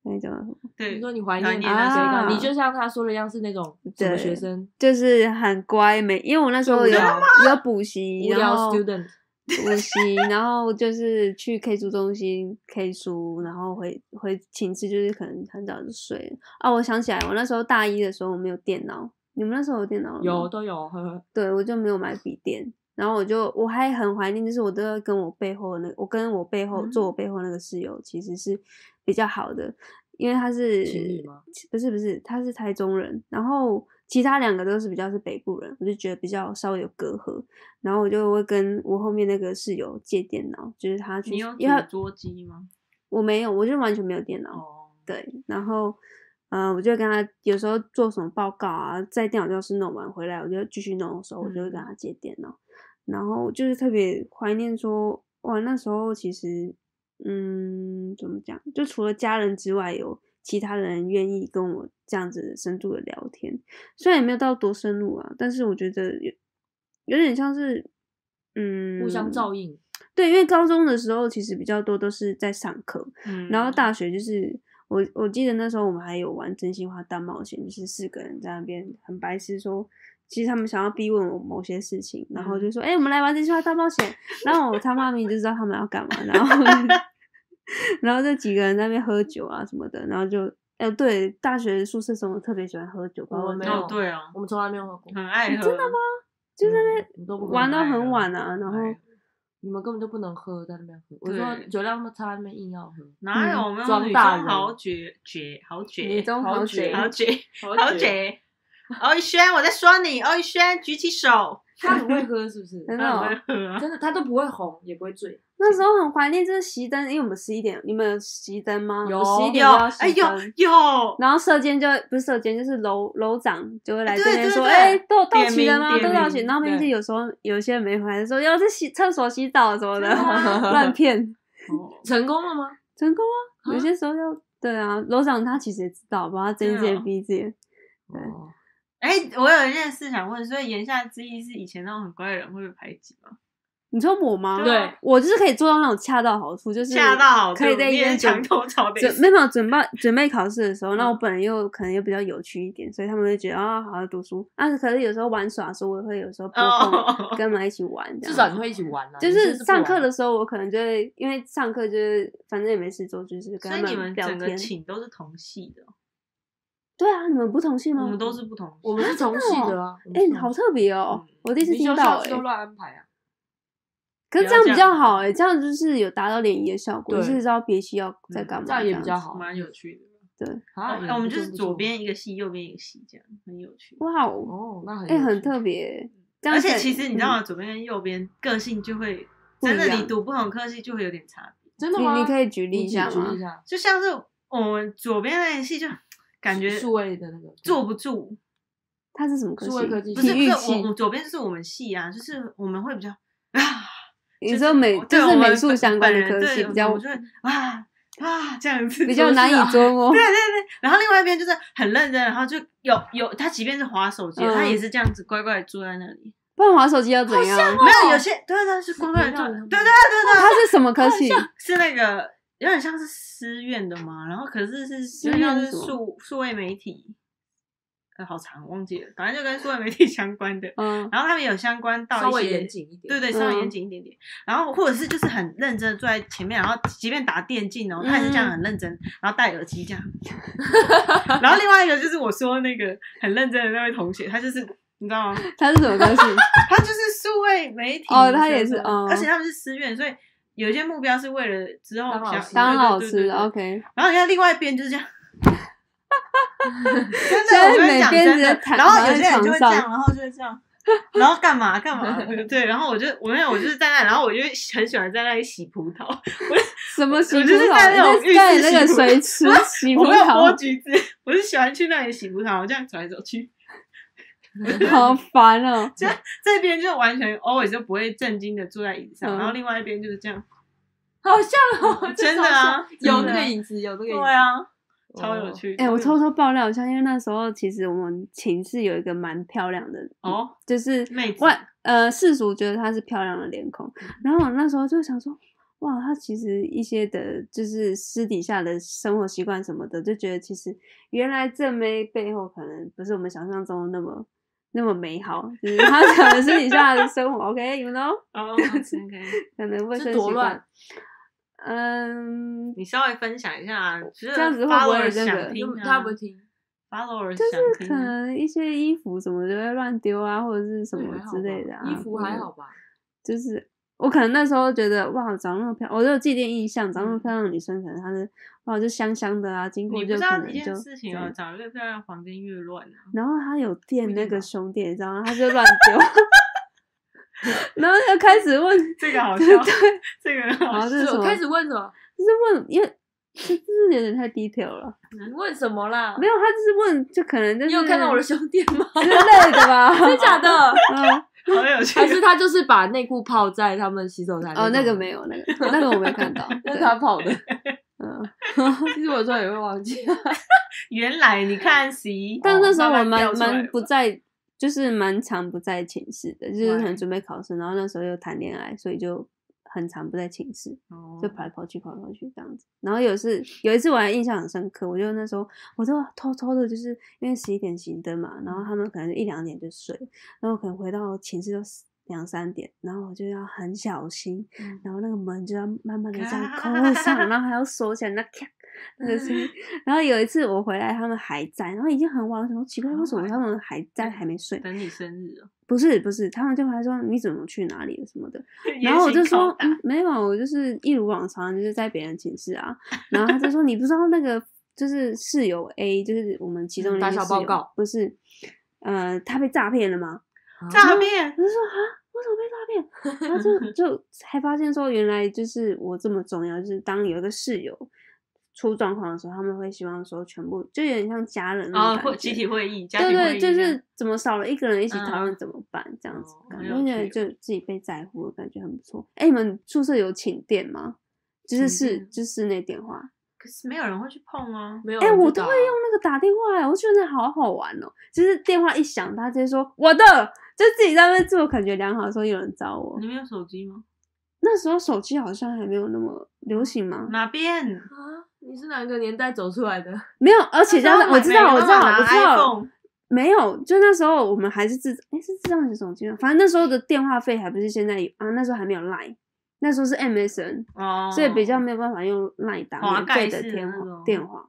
S3: 那种
S1: 你
S2: 对，
S1: 说你怀
S2: 怀
S1: 念
S2: 念
S3: 那时候
S1: 你就像他说的一样，是那种什么
S3: 对
S1: 学生
S3: 就是很乖，没，因为我那时候
S1: 就无
S3: 有
S1: 聊
S3: 有补习，
S1: 无
S3: 然
S1: 聊
S3: 后
S1: student。
S3: 补习，然后就是去 K 书中心 K 书，然后回回寝室，就是可能很早就睡了。啊，我想起来，我那时候大一的时候我没有电脑，你们那时候有电脑了吗
S1: 有都有，呵呵，
S3: 对，我就没有买笔电。然后我就我还很怀念，就是我都要跟我背后的那我跟我背后
S2: 嗯
S3: 坐我背后那个室友其实是比较好的，因为他是
S1: 情侣吗
S3: 其不是不是，他是台中人，然后其他两个都是比较是北部人，我就觉得比较稍微有隔阂。然后我就会跟我后面那个室友借电脑，就是他去，
S2: 你有
S3: 因为
S2: 煮
S3: 他
S2: 桌机吗？
S3: 我没有，我就完全没有电脑。
S2: 哦，
S3: 对，然后呃，我就跟他有时候做什么报告啊，在电脑教室弄完回来，我就继续弄的时候，我就会跟
S2: 嗯
S3: 他借电脑，然后就是特别怀念说，哇，那时候其实，嗯，怎么讲，就除了家人之外，有其他人愿意跟我这样子深度的聊天，虽然也没有到多深入啊，但是我觉得有有点像是。嗯，
S1: 互相照应。
S3: 对，因为高中的时候其实比较多都是在上课，
S2: 嗯
S1: 嗯
S3: 然后
S2: 哦
S3: 大学就是我我记得那时候我们还有玩真心话大冒险，就是四个人在那边很白痴说，其实他们想要逼问我某些事情，然后
S1: 嗯
S3: 就说：“哎、我们来玩真心话大冒险。”然后我他妈明明就知道他们要干嘛，
S1: (laughs)
S3: 然后然后这几个人在那边喝酒啊什么的，然后就。哎、对，大学宿舍生活特别喜欢喝酒，不知道
S1: 我
S3: 为
S1: 没
S3: 什么
S1: 有
S2: 哦对哦，
S1: 我们从来没有喝过，
S2: 很爱喝，真的吗？
S3: 嗯就在
S1: 那边都不
S3: 玩到
S1: 到
S3: 很晚啊，然后
S2: 哎
S1: 你们根本就不能喝，在那边喝。我
S2: 对
S1: 说酒量那么差，那边硬要喝。
S2: 哪
S3: 嗯
S2: 有我们
S1: 装
S2: 女中
S1: 大人
S2: 豪杰杰豪杰
S4: 女中豪杰
S2: 豪杰
S1: 好
S2: 豪，
S3: (laughs)
S2: 杰欧逸轩，我在说你，欧逸轩举起手，
S1: 他很会喝，是不
S3: (laughs)
S1: 是？
S3: 真的
S2: 他 (laughs) 很
S3: 哦
S2: 会喝啊
S1: 真的，他都不会红，也不会醉。
S3: 那时候很怀念就是熄灯，因为我们十一点，你们有熄灯吗？
S1: 有
S3: 十一点
S2: 有
S3: 就要熄
S2: 哎
S3: 灯
S2: 有有，
S3: 然后射箭就不是射箭，就是楼楼长就会来
S2: 哎
S3: 这
S2: 对
S3: 边
S2: 对
S3: 说：“
S2: 对
S3: 哎，都到
S2: 点
S3: 齐了
S2: 名
S3: 吗？
S2: 点
S3: 都到
S2: 名
S3: 齐。”然后平时
S1: 对
S3: 有时候有些人没回来，就说要去洗厕所、洗澡什么的
S1: 真的，吗
S3: 乱骗
S2: 哦
S1: 成功了吗？
S3: 成功啊！有些时候要对啊，楼长他其实也知道，把他睁一只
S2: 对啊
S3: 眼闭一只眼。对
S1: 哦，
S2: 哎，我有一件事想问，所以言下之意是以前那种很乖的人会被排挤吗？
S3: 你说我吗？
S2: 对啊
S1: 对，
S3: 我就是可以做到那种恰到好处，就是
S2: 恰到好处，
S3: 可以在一边
S2: 墙
S3: 准
S2: 头草的意
S3: 准
S2: 思。
S3: 没有准备准备考试的时候，那我
S2: 嗯
S3: 本人又可能又比较有趣一点，所以他们会觉得啊，好好读书。啊，可是有时候玩耍的时候，我也会有时候拨空
S2: 哦， (laughs)
S3: 跟他们一起玩。这
S1: 至
S3: 样
S1: 少你会一起玩啊。
S3: 就
S1: 你
S3: 是
S1: 不
S3: 上
S1: 玩
S3: 课的时候，我可能就会因为上课就是反正也没事做，就是
S2: 所
S3: 跟他
S2: 以你们
S3: 聊
S2: 整个
S3: 天。
S2: 寝都是同系的哦，
S3: 对啊，你们不同系吗？
S2: 我们都是不同系。
S1: 我们
S2: (laughs)
S1: 是同系的啊。
S3: 哎、好特别哦、
S2: 嗯
S3: 我第
S1: 别
S3: 一次听到哎、
S1: 都乱安排啊。
S3: 可是
S2: 不
S3: 这
S2: 要
S3: 样
S2: 这
S3: 比较
S2: 样
S3: 好哎、这样就是有达到联谊的效果，
S1: 对
S3: 就是知道别系要在干嘛、
S1: 这样也比较
S3: 子
S1: 好
S2: 蛮有趣的。
S1: 啊，
S2: 哎我们就是
S1: 不错
S2: 左。边一个系，右边一个系，这样很有趣。
S3: 哇
S1: 不
S3: 哦，
S1: 错哦，那很
S3: 哎、
S1: 有
S3: 很
S1: 趣
S3: 特别欸、这样
S2: 而
S3: 才，
S2: 且其实你知道吗？
S3: 嗯，
S2: 左边跟右边个性就会，
S3: 不一
S2: 真的
S3: 样
S2: 你读不同科系就会有点差别。
S1: 真的吗？
S3: 你你可以举例
S1: 你
S3: 一下
S1: 举
S3: 吗
S1: 例一？下，
S2: 就像是我们左边那一系就感觉
S1: 数位的那个
S2: 坐不住，
S3: 它是什么科
S1: 数
S3: 系
S1: 位科？技
S2: 不是
S3: 体
S2: 不
S3: 育
S2: 是
S3: 系
S2: 我我左边是我们系啊，就是我们会比较啊，
S3: 你
S2: 就是
S3: 说美
S2: 我对
S3: 就是
S2: 我
S3: 美
S2: 们
S3: 术
S2: 本
S3: 相
S2: 本
S3: 关的
S2: 人
S3: 科
S2: 对
S3: 系
S2: 我
S3: 比较
S2: 我就会啊啊这样子
S3: 比较
S2: 做事
S3: 难
S2: 啊
S3: 以捉摸
S2: 对，对对，然后另外一边就是很认真，然后就有有他，即便是划手机，他
S3: 嗯
S2: 也是这样子乖乖地坐在那里。
S3: 不然玩手机要怎样？
S2: 没有有些对对是乖乖地坐，
S1: 让
S2: 对
S1: 他们
S2: 对对对
S3: 它是什么科系？
S2: 是那个有点像是师院的嘛，然后可是是
S3: 师
S2: 有点像
S3: 院
S2: 是
S3: 是什么
S2: 数数位媒体，呃，好长忘记了，反正就跟数位媒体相关的。
S3: 嗯，
S2: 然后他们有相关到
S1: 稍微
S2: 一些
S1: 严，谨一点，
S2: 对对，稍微
S3: 嗯
S2: 严谨一点点。然后或者是就是很认真的坐在前面，然后即便打电竞哦，他也是这样
S3: 嗯
S2: 很认真，然后戴耳机这样。 (laughs) 然后另外一个就是我说那个很认真的那位同学，他就是你知道吗？
S3: 它是什么科系？
S2: 他就是数位媒体
S3: 哦他也
S2: 学
S3: 是
S2: 生
S3: 哦
S2: 而且他们是师院，所以有一些目标是为了之后
S1: 当老
S2: 想
S1: 师
S3: 当老
S2: 对对
S3: 师
S2: 对对对
S3: ，OK，
S2: 然后你看另外一边就是这样。
S3: (laughs)
S2: 真
S3: 现在
S2: 的，我跟
S3: 每
S2: 你讲
S3: 边
S2: 真
S3: 直接
S2: 的，
S3: 躺
S2: 然后
S3: 躺
S2: 有
S3: 在
S2: 些人就会这
S3: 床
S2: 样，
S3: 上
S2: 然后就会这样，然后干嘛干
S3: (laughs)
S2: 嘛，对对。然后我就我那我就是在那，然后我就很喜欢在那里洗葡萄，
S3: 什么洗
S2: 我
S3: 葡
S2: 就是
S3: 萄？
S2: 在那种浴
S3: 在
S2: 室
S3: 那个
S2: 洗葡 (laughs)
S3: 水
S2: 萄
S3: 池洗
S2: 我
S3: 葡
S2: 没有剥
S3: 萄，
S2: 橘子，我是喜欢去那里洗葡萄，我这样走来走去。 (laughs)
S3: 好烦哦。
S2: 这边就完全 always 就不会正经的坐在椅子上，
S3: 嗯
S2: 然后另外一边就是这样，
S1: 好像哦，
S2: 真的啊
S1: 这种
S2: 真
S1: 有
S2: 的
S1: 那个影子，有那个影
S2: 对
S1: 子，
S2: 啊，
S1: 哦，
S2: 超有趣。
S3: 哎、我
S2: 超有
S3: 偷偷爆料一下，因为那时候其实我们寝室有一个蛮漂亮的，
S2: 哦，
S3: 就是
S2: 妹子嗯
S3: 外呃世俗觉得她是漂亮的脸孔，然后我那时候就想说，哇，她其实一些的就是私底下的生活习惯什么的，就觉得其实原来正妹背后可能不是我们想象中那么那么美好，就是她可能私底下的生活，OK，you、know，
S2: 哦，OK，
S3: 可能卫
S1: 是
S3: 生
S1: 多
S3: 习
S1: 乱
S3: 惯，嗯，
S2: 你稍微分享一
S3: (laughs)
S2: 下，这
S3: 这样子会不会那个
S2: 想
S1: 就
S2: 听啊？
S1: 他不会听，
S2: follower
S3: 就是
S1: 嗯
S2: 想
S3: 可
S2: 听啊。
S3: 能一些衣服什么就会乱丢啊，或者是什
S1: 对
S3: 么
S1: 还好
S3: 之类
S1: 吧
S3: 的啊。
S1: 衣服还好
S3: 吧？
S1: 吧？
S3: 就是我可能那时候觉得哇，长那么漂亮，我就有既定印象，长那么
S1: 嗯
S3: 漂亮的女生可能她是哇就香香的啊，经
S2: 你
S3: 过
S2: 不
S3: 就
S2: 知
S3: 可
S2: 道
S3: 能
S2: 一
S3: 就
S2: 件事情
S3: 这
S2: 哦
S3: 样，
S2: 长得越漂亮，房间越乱
S3: (laughs)
S2: 啊。
S3: 然后她有
S1: 不
S3: 垫
S1: 一
S3: 那
S1: 定
S3: 个
S1: 吧
S3: 胸垫，你知道吗？她就乱丢， (laughs) 然后就开始问，
S1: (laughs)
S2: 这个好笑，这个很
S3: 然
S2: 好
S3: 后
S2: 笑。
S3: 就
S1: 所以
S3: 是什
S1: 我
S3: 么，
S1: 开
S3: 就是
S1: 始问什么？
S3: 问，因为这这是有点太 detail 了，
S1: 你问什么啦？
S3: 没有，她就是问，就可能就是
S1: 你有看到我的胸垫吗？ (laughs)
S3: 之类嗯的吧， (laughs)
S1: 真假的？
S3: 嗯。
S2: 好有
S1: (laughs)
S2: 趣
S1: 还。是他就是把内裤泡在他们洗手台？
S3: 哦，那
S1: (laughs)
S3: 个没，有，那个那个我没看到。
S1: 那
S3: 对
S1: 是他泡的。
S3: 嗯，
S1: (laughs) 其实我有时候也会忘记。
S3: (laughs)
S2: 原来你看谁？
S3: 但那时候
S2: 慢
S3: 我
S2: 慢哦掉
S3: 蛮
S2: 出来
S3: 蛮
S2: 了
S3: 不在，就是蛮常不在寝室的，就是可能
S2: Why？
S3: 准备考试，然后那时候又谈恋爱，所以就很常不在寝室，
S2: 哦
S3: 就跑来跑去，跑来跑去这样子。然后有一次有一次我还印象很深刻，我就那时候我就偷偷的，就是因为十一点熄灯嘛，然后他们可能一两点就睡，然后我可能回到寝室就两三点，然后我就要很小心，
S2: 嗯
S3: 然后那个门就要慢慢的
S2: (laughs)
S3: 这样扣上，然后还要锁起来，那咔那个声
S2: (laughs)
S3: 音。然后有一次我回来，他们还在，然后已经很晚了，我想说奇怪，为什
S2: 哦
S3: 么他们还在还没睡？
S2: 等你生日哦。
S3: 不是不是，他们就回来说你怎么去哪里了什么的。然后我就说、嗯、没有，我就是一如往常，就是在别人寝室啊。然后他就说你不知道那个就是室友 A，就是我们其中
S1: 嗯
S3: 的一
S1: 打
S3: 个
S1: 小
S3: 室
S1: 报
S3: 友
S1: 告，
S3: 不是，呃，他被诈骗了吗？
S2: 诈骗
S3: 我就说啊，我怎么被诈骗？然后
S1: (laughs)
S3: 就就才发现说，原来就是我这么重要，就是当有一个室友出状况的时候，他们会希望说全部就有点像家人
S1: 哦
S3: 那
S2: 啊，
S3: 嗯种感觉。
S2: 会集体会议，家
S3: 对
S2: 庭会
S3: 对，
S2: 议
S3: 就
S2: 这样
S3: 是怎么少了一个人一起讨
S2: 嗯
S3: 论怎么办、这样子
S2: 哦，
S3: 感
S2: 很
S3: 觉
S2: 有
S3: 因为
S2: 趣
S3: 就自己被在乎的感觉很不错。哎，你们宿舍有寝电吗？就
S2: 寝
S3: 是室
S2: 电
S3: 就是室内电话，
S2: 可是没有人会去碰啊。
S1: 没有
S3: 哎、
S1: 人知道啊，
S3: 我都会用那个打电话、欸，我觉得好好玩哦、就是电话一响，他直接说我的，就自己在那边自我感觉良好的时候，有人找我。
S2: 你们有手机吗？
S3: 那时候手机好像还没有那么流
S2: 嗯
S3: 行嘛，
S2: 哪边？
S1: 啊！你是哪个年代走出来的？
S3: 没有，而且加
S2: 那时
S3: 上
S2: 候
S3: 我知
S2: 每个
S3: 道，
S2: 人
S3: 我
S2: 都
S3: 知道，
S2: 拿
S3: 我知道
S2: iPhone，
S3: 没有，就那时候我们还是智，哎、是智障型手机吗？反正那时候的电话费还不是现在有啊，那时候还没有 Line，那时候是 MSN，、
S2: 哦，
S3: 所以比较没有办法用 Line 打
S2: 滑
S3: 免费
S2: 盖
S3: 的
S2: 式的
S3: 电
S2: 那
S3: 话
S2: 种
S3: 电话。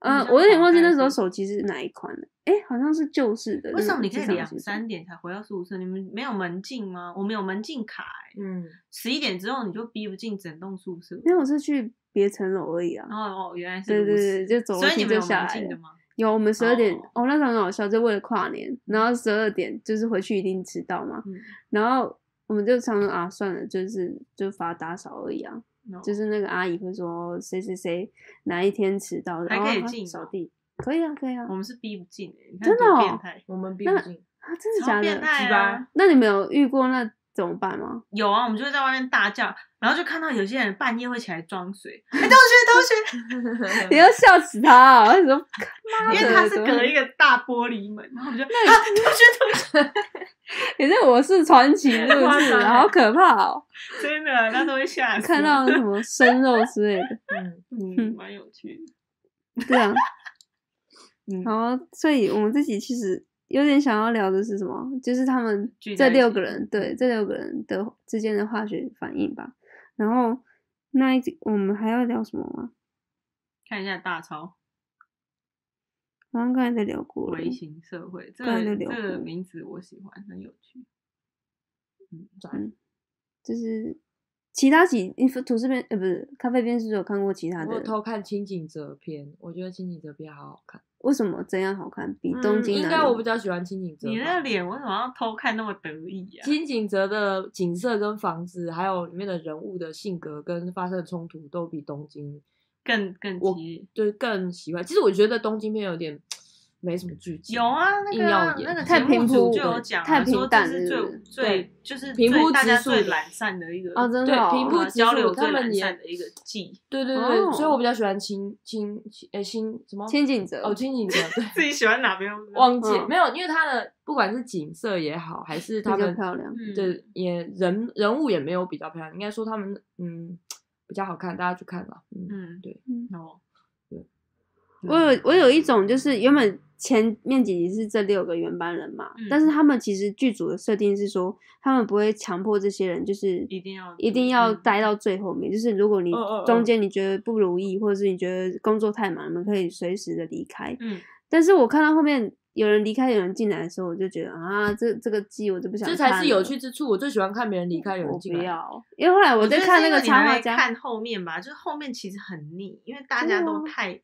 S2: 嗯
S3: 呃，
S2: 像
S3: 我有点
S2: 滑
S3: 忘记
S2: 盖
S3: 那时候
S2: 式
S3: 手机是哪一款了，哎、好像是旧式的那种
S2: 为什么
S3: 智障
S2: 你
S3: 型手
S2: 可
S3: 机。
S2: 以两三点才回到宿舍？你们没有门禁吗？我们有门禁卡、欸，
S1: 嗯，
S2: 十一点之后你就逼不进整栋宿舍。
S3: 因为我是去别层楼而已啊。
S2: 哦哦，原来是
S3: 对
S2: 如
S3: 对
S2: 此。
S3: 对，就走
S2: 所
S3: 楼
S2: 以你
S3: 梯
S2: 们
S3: 就
S2: 有
S3: 下
S2: 门
S3: 来
S2: 禁
S3: 了
S2: 的。吗？
S3: 有，我们十二点
S2: 哦
S3: 哦那时候很好笑，就为了跨年，然后十二点就是回去一定迟到嘛，
S2: 嗯
S3: 然后我们就常常啊算了，就是就罚打扫而已啊，
S2: No
S3: 就是那个阿姨会说谁谁谁哪一天迟到，
S2: 还
S3: 然后
S2: 可以
S3: 她
S2: 进
S3: 扫
S2: 哦
S3: 地，可以啊，可以啊，
S2: 我们是逼不进的，你看
S3: 真的
S2: 多
S3: 哦
S2: 变态，
S1: 我们逼
S3: 那
S1: 不 (laughs) 进，
S3: 啊真的
S2: 超
S3: 假
S2: 变
S3: 的？
S2: 态
S1: 鸡
S2: 啊
S1: 巴！
S3: 那你们有遇过那怎么办吗？
S2: 有啊，我们就会在外面大叫，然后就看到有些人半夜会起来装睡， (laughs) 哎、同
S3: (laughs)
S2: 学
S1: 嗯
S2: 嗯
S3: 你要笑死他、啊！你说，
S2: 同
S3: 妈
S2: 学，因为
S3: 的
S2: 他是
S3: 怎么
S2: 隔了一个大玻璃门，然后我们就啊，同学同学，
S3: 也是我是传
S2: (laughs)
S3: 奇，是不
S1: 夸
S3: 是？
S1: 张
S3: 好可怕哦！
S2: 真的，他都会欸吓死。
S3: 看到什么生肉之类的，
S1: 嗯，
S2: 嗯，蛮有趣的。
S3: 对啊。
S2: 嗯
S3: 然后，所以我们这集其实有点想要聊的是什么？就是他们
S2: 聚在
S3: 这
S2: 一起
S3: 六个人，对这六个人的之间的化学反应吧。然后那一集我们还要聊什么吗？
S2: 看一下大超
S3: 好像刚才在聊过了
S2: 微。型社会，这
S3: 不然就
S2: 个
S3: 留
S2: 这个
S3: 步
S2: 名字我喜欢，很有趣。
S3: 嗯就是其他几你说吐司边呃不是咖啡边是不是有看过其他
S1: 我有
S3: 的？
S1: 偷看清景泽篇，我觉得清景泽篇好好看。
S3: 为什么怎样好看？比
S2: 嗯
S3: 东京
S1: 应
S3: 哪
S1: 该
S3: 里
S1: 我比较喜欢清景泽吧。
S2: 你那个脸为什么要偷看那么得意啊呀、
S1: 清景泽的景色跟房子，还有里面的人物的性格跟发生的冲突，都比东京
S2: 更更
S1: 我
S2: 激
S1: 就是更喜欢。其实我觉得东京片有点没什么剧情，
S2: 有啊，那
S1: 硬
S2: 个啊
S1: 要演
S2: 那个
S3: 太
S2: 节目
S3: 平
S2: 组
S3: 铺
S2: 就有讲、啊，
S3: 太
S2: 说
S3: 平
S2: 这
S3: 淡
S2: 是
S3: 了
S2: 最
S3: 是不是
S2: 最就是
S1: 平
S2: 最
S1: 铺
S2: 大家
S1: 直述
S2: 最
S1: 的
S2: 懒散的一个
S3: 哦，真
S1: 对
S3: 的哦
S1: 平铺
S2: 呃
S1: 直
S2: 交
S1: 述
S2: 流
S1: 他
S2: 最
S1: 们
S2: 懒
S1: 也
S2: 散的一个季，
S1: 对对对，所以
S3: 哦
S1: 我比较喜欢清清清诶清呃什么
S3: 千景泽
S1: 哦清景泽，对，
S2: 自己喜欢哪
S3: (laughs)
S2: 边我不知道
S1: 忘记、
S3: 嗯
S1: 没有，因为它的不管是景色也好，还是他
S3: 比较
S1: 们
S3: 漂亮。
S2: 嗯
S1: 的也人人物也没有比较漂亮，应该说他们嗯比较好看，大家去看吧。嗯，
S2: 嗯
S1: 对
S2: 哦
S3: 我有我有一种就是原本前面几集是这六个原班人马，
S2: 嗯
S3: 但是他们其实剧组的设定是说，他们不会强迫这些人就是
S2: 一定要
S3: 一定要
S2: 嗯
S3: 待到最后面，就是如果你
S1: 哦哦哦
S3: 中间你觉得不如意，或者是你觉得工作太忙，你们可以随时的离开。
S2: 嗯
S3: 但是我看到后面有人离开，有人进来的时候，我就觉得啊，这这个季我就不想
S1: 这
S3: 看
S1: 才是有
S3: 了
S1: 趣之处。我最喜欢看别人离开，有
S3: 我
S1: 人进
S3: 不
S1: 来。
S3: 要，因为后来我
S2: 觉
S3: 在
S2: 得是
S3: 看那
S2: 因
S3: 个
S2: 为你
S3: 插
S2: 还
S3: 画
S2: 没
S3: 家，
S2: 看后面吧，就是后面其实很腻，因为大家都
S3: 对
S2: 太。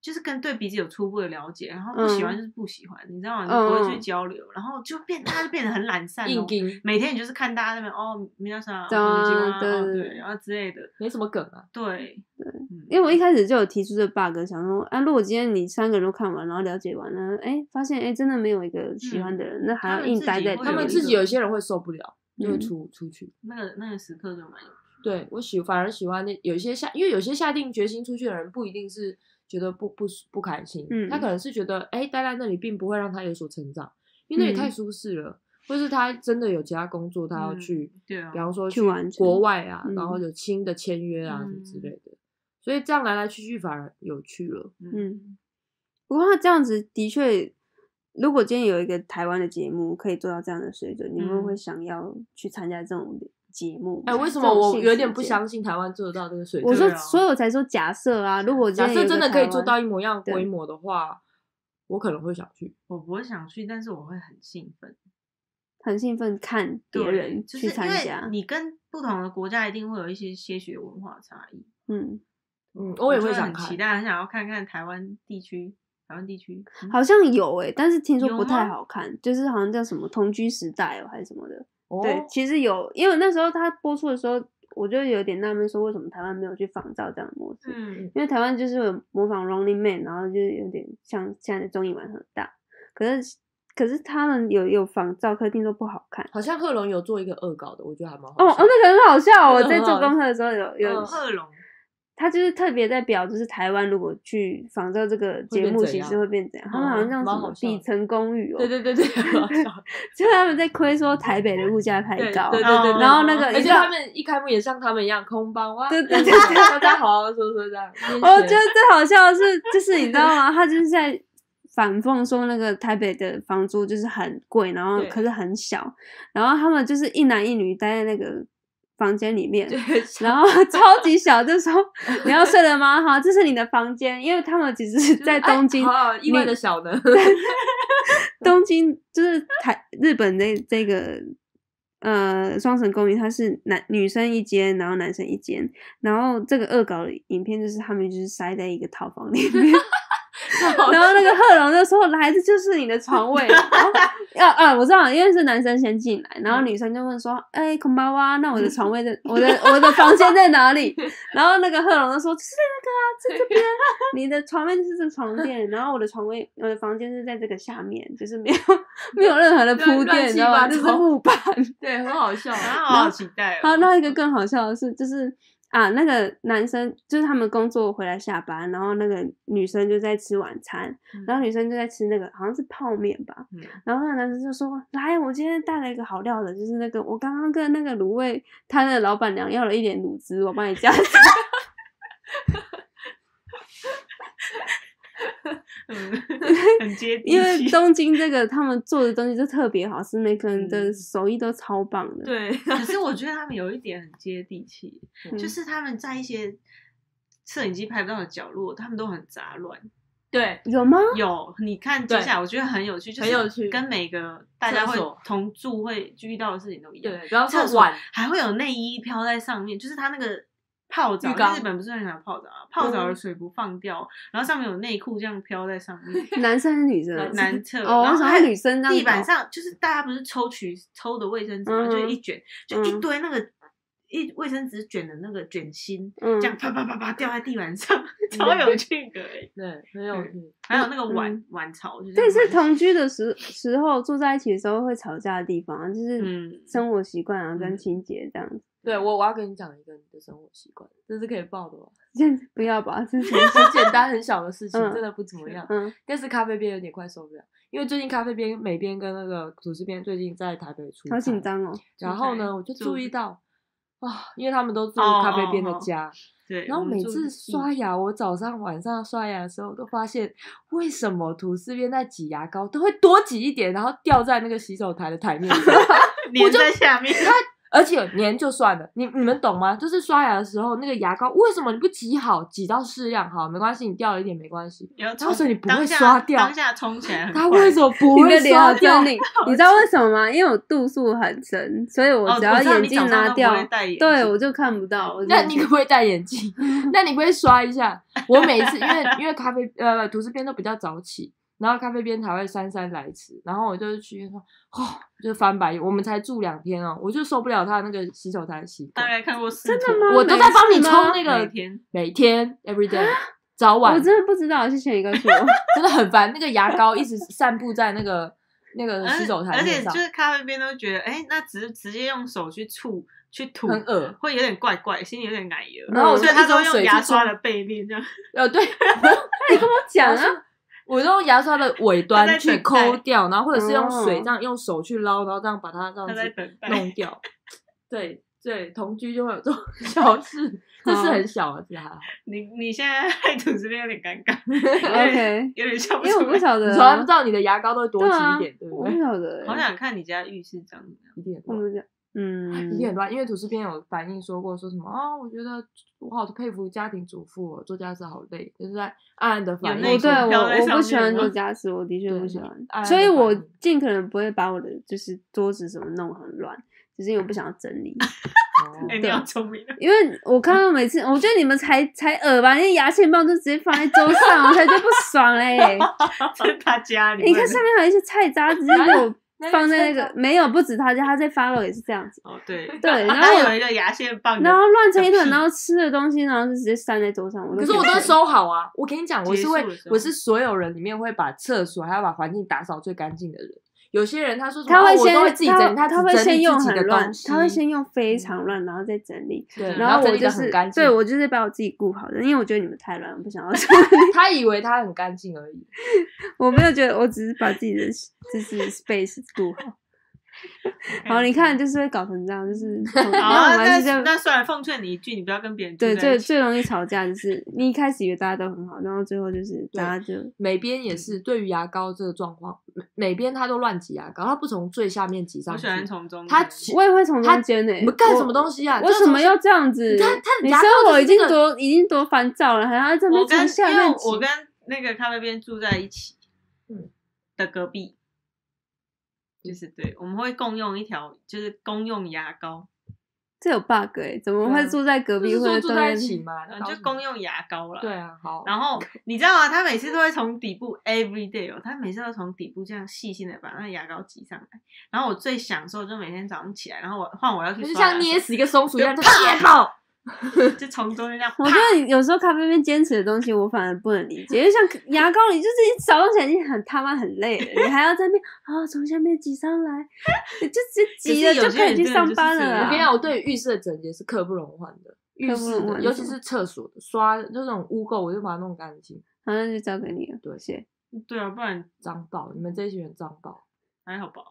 S2: 就是跟对彼此有初步的了解，然后不喜欢
S3: 嗯
S2: 就是不喜欢，你知道吗？你就不会
S3: 嗯嗯
S2: 去交流，然后就变，大家就变得很懒散、
S1: 硬
S2: 哦。
S1: 盯，
S2: 每天你就是看大家那边哦，米娜桑，
S3: 对
S2: 哦
S3: 啊
S2: 米吉吗
S3: 对
S2: 哦
S3: 对
S2: 对，
S3: 对
S2: 然后之类的，
S1: 没什么梗啊。
S2: 对嗯对，
S3: 因为我一
S2: 开
S3: 开始就有提出这个 bug，想说，啊，如果今天你三个人都看完，然后了解完了，哎，发现哎，诶真的没有一个喜欢的人，那还
S2: 他
S3: 要
S2: 们
S3: 硬
S2: 自
S3: 待
S2: 己
S3: 在
S2: 会
S1: 他
S2: 有
S1: 们
S2: 一
S1: 自己
S2: 个
S1: 有些人会受不了，就会
S3: 嗯
S1: 出出去。
S2: 那个那个时刻就蛮有趣
S1: 对我喜反而喜欢那有一些下，因为有些下定决心出去的人，不一定是觉得不不不开心，
S3: 嗯
S1: 他可能是觉得哎待在那里并不会让他有所成长，因为那里太
S3: 嗯
S1: 舒适了，或是他真的有其他工作，他要
S2: 嗯
S1: 去，
S2: 对啊
S1: 比方说
S3: 去完成
S1: 国外啊，然后
S3: 嗯
S1: 有新的签约啊、什么之
S2: 嗯
S1: 类的，所以这样来来去去反而有趣了。
S2: 的，
S3: 嗯，不过他这样子的确，如果今天有一个台湾的节目可以做到这样的水准，你们
S2: 嗯
S3: 会想要去参加这种节目吗？
S1: 哎、为什
S3: 这
S1: 么
S3: 种
S1: 我
S3: 性
S1: 有
S3: 质
S1: 点
S3: 的
S1: 不
S3: 节目
S1: 相？信台湾做得到这个水
S3: 我
S1: 准？
S3: 说，
S2: 对啊
S3: 所以我才说假设啊，如果今
S1: 假
S3: 天有
S1: 设
S3: 一
S1: 真
S3: 个
S1: 的可以
S3: 台
S1: 做
S3: 湾
S1: 到一模一样
S3: 对
S1: 规模的话，我可能会想去。
S2: 我不会想去，但是我会很兴奋，
S3: 很兴奋看别
S2: 对
S3: 人
S2: 就是
S3: 去
S2: 因
S3: 参
S2: 为
S3: 加，
S2: 你跟不同的国家一定会有一些些许的文化差异，
S3: 嗯，
S1: 嗯，我也
S2: 就
S1: 会想
S2: 很
S1: 看
S2: 期。待，很想要看看台湾地区，台湾地区，嗯
S3: 好像有诶、但是听说
S2: 有
S3: 不太
S2: 吗
S3: 好看，就是好像叫什么同居时代哦、还是什么的。
S1: 哦
S3: 对，其实有，因为那时候它播出的时候，我就有点纳闷说，为什么台湾没有去仿照这样的模式？
S2: 嗯，
S3: 因为台湾就是有模仿 Running Man，然后就是有点像现在的综艺玩很大，可是可是他们有有仿照，可是听说不好看。
S1: 好像贺龙有做一个恶搞的，我觉得还蛮好
S3: 哦哦，
S1: 笑的。
S3: 那个很好笑，我
S1: 那个
S3: 在
S1: 很
S3: 做
S1: 好
S3: 功课的时候有有
S1: 嗯
S2: 贺
S3: (laughs)
S2: 龙，哦
S3: 他就是特别在表，就是台湾如果去仿照这个节目，
S1: 会变怎
S3: 其
S1: 样
S3: 实会变怎样？他们好像叫
S1: 哦
S3: 什
S1: 蛮
S3: 么
S1: 好
S3: 《
S1: 笑的
S3: 碧城公寓》哦，
S1: 对对对对，
S3: (laughs)
S1: 很好笑。
S3: 就是他们在亏说台北的物价太
S1: 对
S3: 高，
S1: 对对对对
S3: 然后那个
S1: 而
S3: 你
S1: 且
S3: 知道
S1: 他们一开幕也像他们一样空包哇，
S3: 对对对对
S1: (laughs) 大家好好说说这样。
S3: 我觉得哦最好笑的是，就是你知道吗？他就是在反讽说那个台北的房租就是很贵，然后
S1: 对
S3: 可是很小，然后他们就是一男一女待在那个房间里面，
S1: 对，
S3: 然后 (laughs) 超级小，就说你要睡了吗？好，这是你的房间，因为他们其实是在东
S1: 哎
S3: 京，
S1: 好好意外的
S3: 你
S1: 小呢。
S3: 东京就是台日本这这个呃双城公寓，它是男女生一间，然后男生一间，然后这个恶搞的影片就是他们就是塞在一个套房里面，然后那个贺龙就说：“来，这就是你的床位。”然后啊啊，我知道，因为是男生先进来，然
S1: 嗯
S3: 后女生就问说：“哎、孔巴哇，那我的床
S1: (laughs)
S3: 位在，我的我的房间在哪里？”然后那个贺龙就说：“是在那个啊，在这边，你的床位是这个床垫，然后我的床位，我的房间是在这个下面，就是没有没有任何的铺
S1: 乱
S3: 垫，你知道吗？
S1: 七
S3: 就
S1: 八
S3: 是
S1: 糟
S3: 木板。” (laughs)
S1: 对，很好笑。
S2: 啊，好好期待
S3: 好，
S2: 哦！
S3: 那一个更好笑的是，就是啊，那个男生就是他们工作回来下班，然后那个女生就在吃晚餐，然后女生就在吃那个好像是泡面吧，
S2: 嗯
S3: 然后那个男生就说：“来，我今天带了一个好料的，就是那个我刚刚跟那个卤味摊的老板娘要了一点卤汁，我帮你加。 (laughs)
S2: 嗯，
S3: (laughs)
S2: 很接”地气，
S3: 因为
S2: (laughs)
S3: 东京这个他们做的东西就特别好吃，每个人的
S1: 嗯
S3: 手艺都超棒的。
S1: 对，
S2: 可是我觉得他们有一点很接地气，
S3: 嗯
S2: 就是他们在一些摄影机拍不到的角落，他们都很杂乱。
S1: 对，
S3: 有吗？，
S2: 有，你看接
S1: 对
S2: 下来我觉得很有趣，就是
S1: 很有趣
S2: 跟每个大家
S1: 厕
S2: 会
S1: 所
S2: 同住会遇到的事情都一样。
S1: 对，不要
S2: 厕
S1: 说
S2: 所
S1: 碗，
S2: 还会有内衣飘在上面，就是它那个泡澡，
S1: 浴缸嗯
S2: 日本不是很喜欢泡澡啊，泡澡的水不放掉，然后上面有内裤这样飘在上面
S1: (laughs)
S3: 男生还是女生啊？
S2: 男厕，然
S3: 哦，为
S2: 后
S3: 什
S2: 还
S3: 么
S2: 有
S3: 女生这样
S2: 地板
S3: 搞
S2: 上就是大家不是抽取抽的卫生纸嘛，
S3: 嗯
S2: 就一卷，就一
S3: 嗯
S2: 堆那个。一卫生纸卷的那个卷芯，
S3: 嗯
S2: 这样啪啪啪啪掉在地板
S3: (laughs)
S2: 上，超有趣的欸。
S1: 对，很有趣。
S2: 还有那个碗、
S3: 嗯
S2: 碗槽，就是
S3: 这是
S2: 碗
S3: 同居的时时候住在一起的时候会吵架的地方啊，就是
S2: 嗯，
S3: 生活习惯啊跟
S2: 嗯
S3: 清洁这样子。 (laughs)
S1: 对我，我要跟你讲一个你的生活习惯，这是可以报的
S3: (laughs)
S1: 吗？
S3: 现在不要
S2: (laughs)
S3: 吧，这是
S1: 很简单很小的事情，
S3: 嗯
S1: 真的不怎么样。
S3: 嗯
S1: 但是咖啡边有点快受不了，因为最近咖啡边美边跟那个主持边最近在台北出差，
S3: 好紧。张哦。
S1: 然后呢，我就
S2: 住
S1: 注
S2: 在
S1: 意到啊，因为他们都住
S2: 哦
S1: 咖啡
S2: 哦
S1: 边的
S2: 哦
S1: 家，
S2: 对。
S1: 然后
S2: 我们
S1: 每
S2: 住
S1: 次
S2: (laughs) 一
S1: 刷牙，我早上晚上刷牙的时候，都发现为什么吐司边在挤牙膏都会多挤一点，然后掉在那个洗手台的台面
S2: (laughs)
S1: 上。
S2: 粘在下
S3: (laughs)
S2: 面，
S1: 而且粘就算了，你你们懂吗？就是刷牙的时候，那个牙膏为什么你不挤好，挤到适量好，没关系，你掉了一点没关系。
S2: 然后
S1: 他为什么你不
S2: 当
S1: 会
S2: 下
S1: 刷掉
S2: 当下冲起来很快，
S1: 它为什么不
S3: 你
S1: 会
S3: 的脸好
S1: 刷掉
S3: 狰？
S1: (laughs)
S3: 狞，你知道为什么吗？因为我度数很深，所以我
S2: 哦
S3: 只要
S2: 知道
S3: 眼
S2: 你
S3: 镜
S2: 早上
S3: 拿
S2: 都不
S3: 掉
S2: 会，戴眼
S3: 对
S2: 镜
S3: 我就看不到。我就
S1: 那你可不可以戴眼镜？ (laughs) 那你可不可以刷一下？我每一次因为因为咖啡呃吐司边都比较早起，然后咖啡边才会姗姗来迟，然后我就去说哦，就翻白眼。我们才住两天哦，我就受不了他那个洗手台的习
S2: 大
S1: 惯，
S2: 概看过四真
S3: 的吗
S1: 我都在帮你
S3: 每次
S1: 冲
S3: 吗
S1: 那个
S2: 每天
S1: 每天 every day 早晚
S3: 我真的不知道，谢谢你告诉
S1: (laughs)
S3: 我。
S1: 真的很烦，那个牙膏一直散布在那个那个洗手台
S2: 啊而且
S1: 面
S2: 就
S1: 上，
S2: 是咖啡边都觉得，哎、那直直接用手去触去吐，
S1: 很恶
S2: 会有点怪怪，心里有点奶油。
S1: 然后我就
S2: 嗯所以他
S1: 一
S2: 都
S1: 种
S2: 用
S1: 水
S2: 牙
S1: 去
S2: 刷
S1: 冲
S2: 的背面这样，
S1: 呃，对，
S3: 那你跟我
S1: (laughs)
S3: 讲啊，
S1: 我都用牙刷的尾
S2: 他
S1: 端
S2: 在
S1: 去
S2: 等
S1: 抠
S2: 待嗯
S1: 掉，然后或者是用水
S3: 哦
S1: 这样用手去捞，然后这样把它这样
S2: 他在
S1: 子
S2: 等待。
S1: 弄掉。 (laughs) 对对，同居就会有这
S3: (laughs)
S1: 种小事，这是很小的事啊还好。
S2: (laughs) 你你现在害吐这边有点尴尬
S3: OK
S2: 有点有点笑
S3: 因为我
S2: 出
S3: 不
S2: 来。
S3: 晓
S1: 你
S3: 得
S1: 从来
S3: 啊
S1: 不知，道你的牙膏都会多
S3: 对
S1: 挤
S3: 啊
S1: 一点，对，不
S3: 我不
S1: 对？
S3: 晓得
S2: 好
S3: 欸，
S2: 想看你家浴室长怎么样。
S1: 一点
S3: 我
S1: 乱，
S3: 不知道，嗯
S1: 一，点乱，啊因为吐司边有反映说过，说什么啊、我觉得我好佩服家庭主妇、哦，做家事好累，就是在暗暗的反映哦
S2: 内
S3: 我
S1: 说。
S2: 裤
S3: 对我
S2: 飘在
S3: 我
S2: 上
S3: 不喜
S2: 面
S3: 欢
S2: 吗
S3: 做家事，我的确
S1: 对
S3: 不喜
S1: 哎
S3: 欢，所以我
S1: 反正
S3: 尽可能不会把我的就是桌子什么弄很乱，只是因为我不想要整理。
S1: 哦
S2: 哎、你
S3: 对
S2: 好聪明啊！
S3: 因为我看到每次，我觉得你们才才耳吧，那牙线棒就直接放在桌上，我才觉得不爽嘞、
S1: (laughs)
S2: 这是啊他家里。
S3: (laughs) 你看上面还有一些菜渣，直接给我
S1: 那
S3: 哎放在那
S1: 菜 (laughs)
S3: 个
S1: 渣
S3: 没有，不止他家，他在 follow 也是这样子，
S2: 哦，对
S1: (laughs)
S3: 对然后
S1: 哎
S2: 他
S3: 我
S2: 有一个牙线棒的，
S3: 然后乱成一
S2: 有
S3: 团，
S2: 屁
S3: 然后吃的东西，然后就直接散在桌上。我
S1: 可是我
S3: 觉
S1: 都
S3: 得
S1: 会收好啊！我跟你讲，我
S2: 结
S1: 是
S2: 束
S1: 会
S2: 的时，候
S1: 我是所有人里面会把厕所还要把环境打扫最干净的人。有些人他说什么，
S3: 他
S1: 哦
S3: 会
S1: 我
S3: 先
S1: 都会自己整理，
S3: 他
S1: 只
S3: 他会
S1: 整
S3: 先
S1: 理
S3: 用
S1: 自己
S3: 很
S1: 的
S3: 乱
S1: 东，西，
S3: 他会先用非常乱，然后再整理。
S1: 对，
S2: 然
S1: 然
S3: 后
S1: 后
S3: 我
S1: 整理
S3: 就
S1: 得很
S3: 是
S1: 干净。
S3: 对我就是把我自己顾好的，因为我觉得你们太乱，我不想要整理。
S1: 他以为他很干净而已。
S3: (laughs) 我没有觉得，我只是把自己的就是 space 顾好。
S1: 嗯
S3: 好，你 (laughs) 看，就是会搞成这样，就是
S1: (laughs)
S3: 总
S2: 好
S3: 然后
S2: 啊，
S3: 我们还
S2: 那
S3: 是就
S2: 那算了，奉劝你一句，你不要跟别人住
S3: 对
S2: 在
S3: 最
S2: 一起。
S3: 最容易吵架就是你一开始以为大家都很好，然后最后就是大家就
S1: 美边也是，对于牙膏这个状况，美美边他都乱挤牙膏，他不从最下面挤上
S2: 我
S1: 去
S2: 喜。欢从中
S1: 他
S2: 间
S1: 其
S3: 我也会从
S1: 他
S3: 中间呢、
S1: 你们干什
S3: 我
S1: 么东西啊？
S3: 为什么要这样子？
S1: 他他
S3: 你
S1: 牙
S3: 生
S1: 膏就
S3: 活
S1: 是
S3: 已经
S1: 这个
S3: 多已经多烦躁了，还要在那
S2: 我跟
S3: 边从下
S2: 因为
S3: 面挤
S2: 我跟那个咖啡边住在一起，
S1: 嗯
S2: 的隔壁，就是对，我们会共用一条，就是公用牙膏，
S3: 这有 bug 哎、怎么
S1: 对啊
S3: 会住在隔
S1: 就
S3: 壁
S1: 是
S3: 会
S1: 说住在一
S3: 对
S1: 起嘛，那
S2: 呃
S1: 搞
S2: 就
S1: 什么
S2: 公用牙膏啦。
S1: 对。啊，好，
S2: 然后你知道吗？他每次都会从底部 every day 哦，他每次都从底部这样细心的把那牙膏挤上来。然后我最享受就每天早上起来，然后我换我要去
S1: 就
S2: 刷牙
S1: 像
S2: 的时
S1: 捏
S2: 候
S1: 死一个松鼠一样，
S2: 就
S1: 啊就捏爆。
S2: 就从中间这样啪。
S3: (laughs) 我觉得有时候咖啡店坚持的东西，我反而不能理解。 (laughs) 就像牙膏，你就是一早上起来已经很他妈很累了，你还要在那边啊从下面挤上来， (laughs) 你就直接挤了
S2: 可是有
S3: 就
S2: 些
S3: 可
S2: 人
S3: 以去
S2: 真的就
S3: 上
S2: 是
S3: 班
S2: 这
S3: 了
S2: 样
S1: 我
S3: 啦
S1: 跟你。讲，我对于浴室的整洁是刻不容缓的，浴室
S3: 刻不容
S1: 的，
S3: 缓
S1: 尤其是厕所的刷，就那种污垢，我就把它弄干净，
S3: 好，那就交给你了，
S1: 对
S3: 谢。
S2: 对啊，不然
S1: 脏爆！你们这一群人脏爆。
S2: 还
S1: (laughs)
S2: 好吧。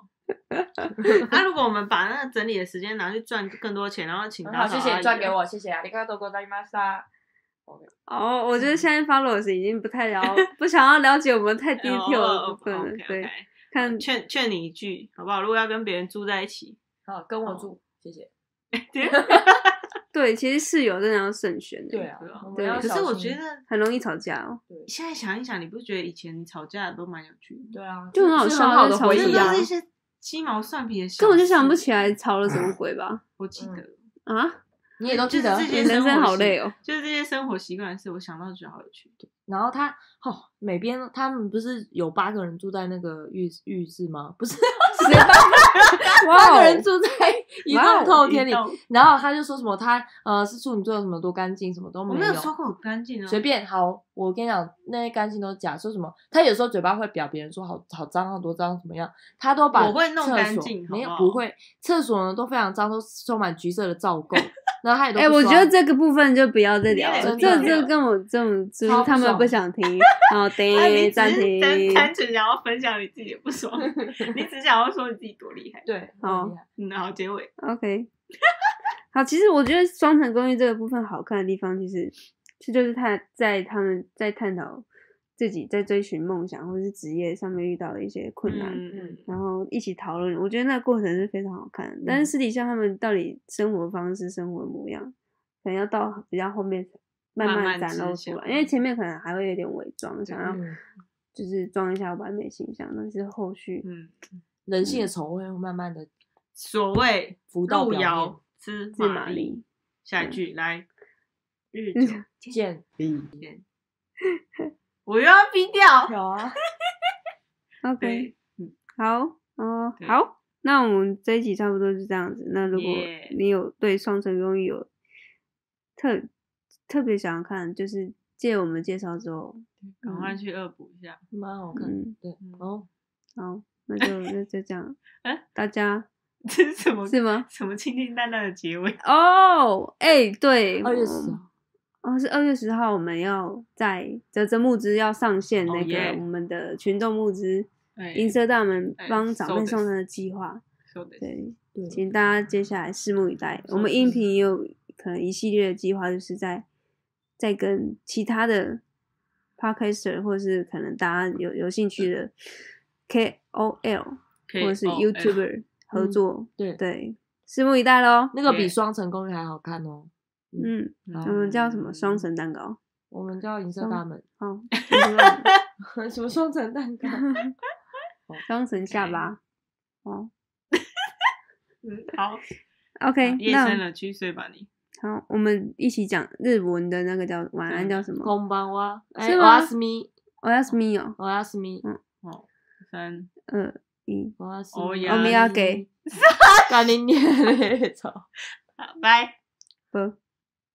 S2: 那、如果我们把那个整理的时间拿去赚更多钱，然后请打扫阿姨啊，
S1: 我，嗯谢谢啊，你看都给我大妈杀。
S3: 哦，我觉得现在 followers 已经不太 (laughs) 了，不想要了解我们太
S2: 哦
S3: (laughs) detail 的部分了。
S2: OK
S3: 对
S2: OK，，
S3: 看
S2: 劝劝你一句好不好？如果要跟别人住在一起， (laughs)
S1: 好，跟我
S2: 哦
S1: 住，谢谢。
S3: (laughs) 对，其实室友真的要慎选的，
S1: 对啊
S2: 对啊，
S1: 我们
S3: 对
S1: 要
S2: 可
S1: 小
S2: 是我
S1: 心
S2: 觉得
S3: 很容易吵架哦。
S2: 现在想一想，你不觉得以前你吵架的都蛮有趣的吗？
S1: 对啊，
S3: 就很好
S1: 是
S3: 笑
S1: 好的
S3: 在吵
S1: 回
S3: 架
S2: 真
S1: 忆
S2: 的
S1: 啊
S2: 都是。一些鸡毛蒜皮的小，
S3: 根本就想不起。来吵了什么鬼吧？
S2: 我记得，
S3: (laughs) 啊，
S1: 你也都
S2: 就
S1: 记
S2: 是
S1: 得
S2: 这。些
S3: 人生好累
S2: 哦，
S3: (laughs) 哦。
S2: 就是这些生活习惯的事，我想到就觉得好有趣。
S1: 然后他哦，每边他们不是有八个人住在那个浴浴室吗？不 (laughs) 是，
S3: 十八哦
S1: 八个人住在一栋
S3: 哇哦
S1: 透天里
S2: 一。栋
S1: 然后他就说什么他呃是处女座有什么多干净什么都
S2: 我
S1: 没
S2: 没有说过我干净哦，
S1: 随便好，我跟你讲，那些干净都是假。说什么？他有时候嘴巴会表别人说好好脏好多脏怎么样，他都把
S2: 我会弄
S1: 厕
S2: 干
S1: 所
S2: 净好
S1: 没有
S2: 不好
S1: 不会，厕所呢都非常脏，都充满橘色的皂 (laughs) 垢，然后他也都
S3: 哎、
S1: 不
S3: 我
S1: 刷
S3: 觉得这个部分就不要再聊
S2: 你也
S3: 了，
S1: 得
S3: 这
S1: 低调
S3: 这跟我这种就是
S1: 超不
S3: 他们
S1: 爽
S3: 不
S2: (laughs)
S3: 想听，然后
S2: 哎你
S3: 停
S2: 只
S3: 暂
S2: 是
S3: 停，
S2: 单单纯想要分享你自己的不爽， (laughs)
S1: (laughs)
S2: 你只想要说你自己多厉害。
S1: 对，
S3: 哦
S1: 很厉害
S2: 嗯，好，结尾
S3: OK，好，其实我觉得《双城公寓》这个部分好看的地方，其实这就是他在他们在探讨自己在追寻梦想或是职业上面遇到的一些困难，
S2: 嗯，
S3: 然后一起讨论。我觉得那个过程是非常好看的，但
S1: 嗯
S3: 是私底下他们到底生活方式、生活模样，可能要到比较后面才慢
S2: 慢慢
S3: 慢展
S2: 知
S3: 露
S2: 晓
S3: 出来，因为前面可能还会有点伪装，想要
S1: 嗯
S3: 就是装一下完美形象，但是后续
S2: 嗯，
S1: 人性的丑会慢慢的
S2: 所谓
S1: 浮到
S2: 路
S1: 表
S2: 遥
S1: 面。
S2: 知
S3: 自
S2: 马
S3: 马
S2: 力。
S3: 力。
S2: 下一
S3: 对
S2: 句来，日
S3: 嗯
S2: 久
S3: (laughs)
S2: 见。
S1: 见
S2: (laughs) 我又要逼
S3: (laughs)
S2: 掉。
S1: 有啊，
S3: OK，
S2: 对，嗯
S3: 好，哦，
S2: 对
S3: 好，那我们这一集差不多是这样子。那如果
S2: Yeah
S3: 你有对《双城公寓》有特特别想要看，就是借我们介绍之后，
S2: 赶快
S3: 嗯
S2: 去恶补一下。 (laughs)
S1: 蛮好看的。
S3: 嗯，
S1: 对
S2: 嗯，
S1: 哦，
S3: 好，那就那就这样
S2: 哎，
S3: 大家
S2: 这是什么？
S3: 是
S2: (laughs)
S3: 吗？
S2: 什么清清淡淡的结
S3: (laughs)
S2: 尾？
S3: 哦，哎，对，
S1: 二月
S3: 我
S1: 十号。
S3: 哦，是二月十号，我们要在泽泽募资要上线
S2: 哦
S3: 那个
S2: 耶
S3: 我们的群众募资
S2: 哎
S3: 银色大门
S2: 哎
S3: 帮长
S2: ，so
S3: 辈
S2: this
S3: 送餐的计划，
S2: 说的
S3: 对，
S1: 对
S3: 请大家接下来拭目以待。我们
S2: 是
S3: 音频也有可能一系列的计划，就是在在跟其他的 podcaster 或是可能大家有有兴趣的 KOL
S2: 可以
S3: 或是
S2: 哦哎
S3: YouTuber 合
S1: 嗯
S3: 作，
S1: 对
S3: 对，拭目以待喽。
S1: 那个比
S2: 耶
S1: 《双城公寓》还好看哦。
S3: 嗯，
S1: 好
S3: 我们叫什么
S2: 嗯
S3: 双层蛋糕？
S1: 我们叫银色
S3: 双
S1: 大
S3: (laughs)
S1: 门，
S2: (laughs)
S3: 哦，就是让
S1: 什么双层蛋
S3: (laughs)
S1: 糕？
S3: 双层下巴。哦
S2: 嗯，好，
S3: ，OK，
S2: 夜深
S3: 那
S2: 了，去睡吧你。
S3: 好，我们一起讲日文的那个叫晚
S2: 嗯
S3: 安叫什么？
S1: 空班哇，哎，
S3: 是
S1: 我
S3: 吗
S1: 阿斯米，
S3: 我要是咪哦，
S1: 我阿斯米，
S2: 哦，三，
S3: 二一，
S1: 我阿斯
S2: 哦
S1: 米，
S2: 呀
S3: 我们要给，
S1: 干你娘嘞！操。 (laughs)
S2: 好，拜。
S3: 不。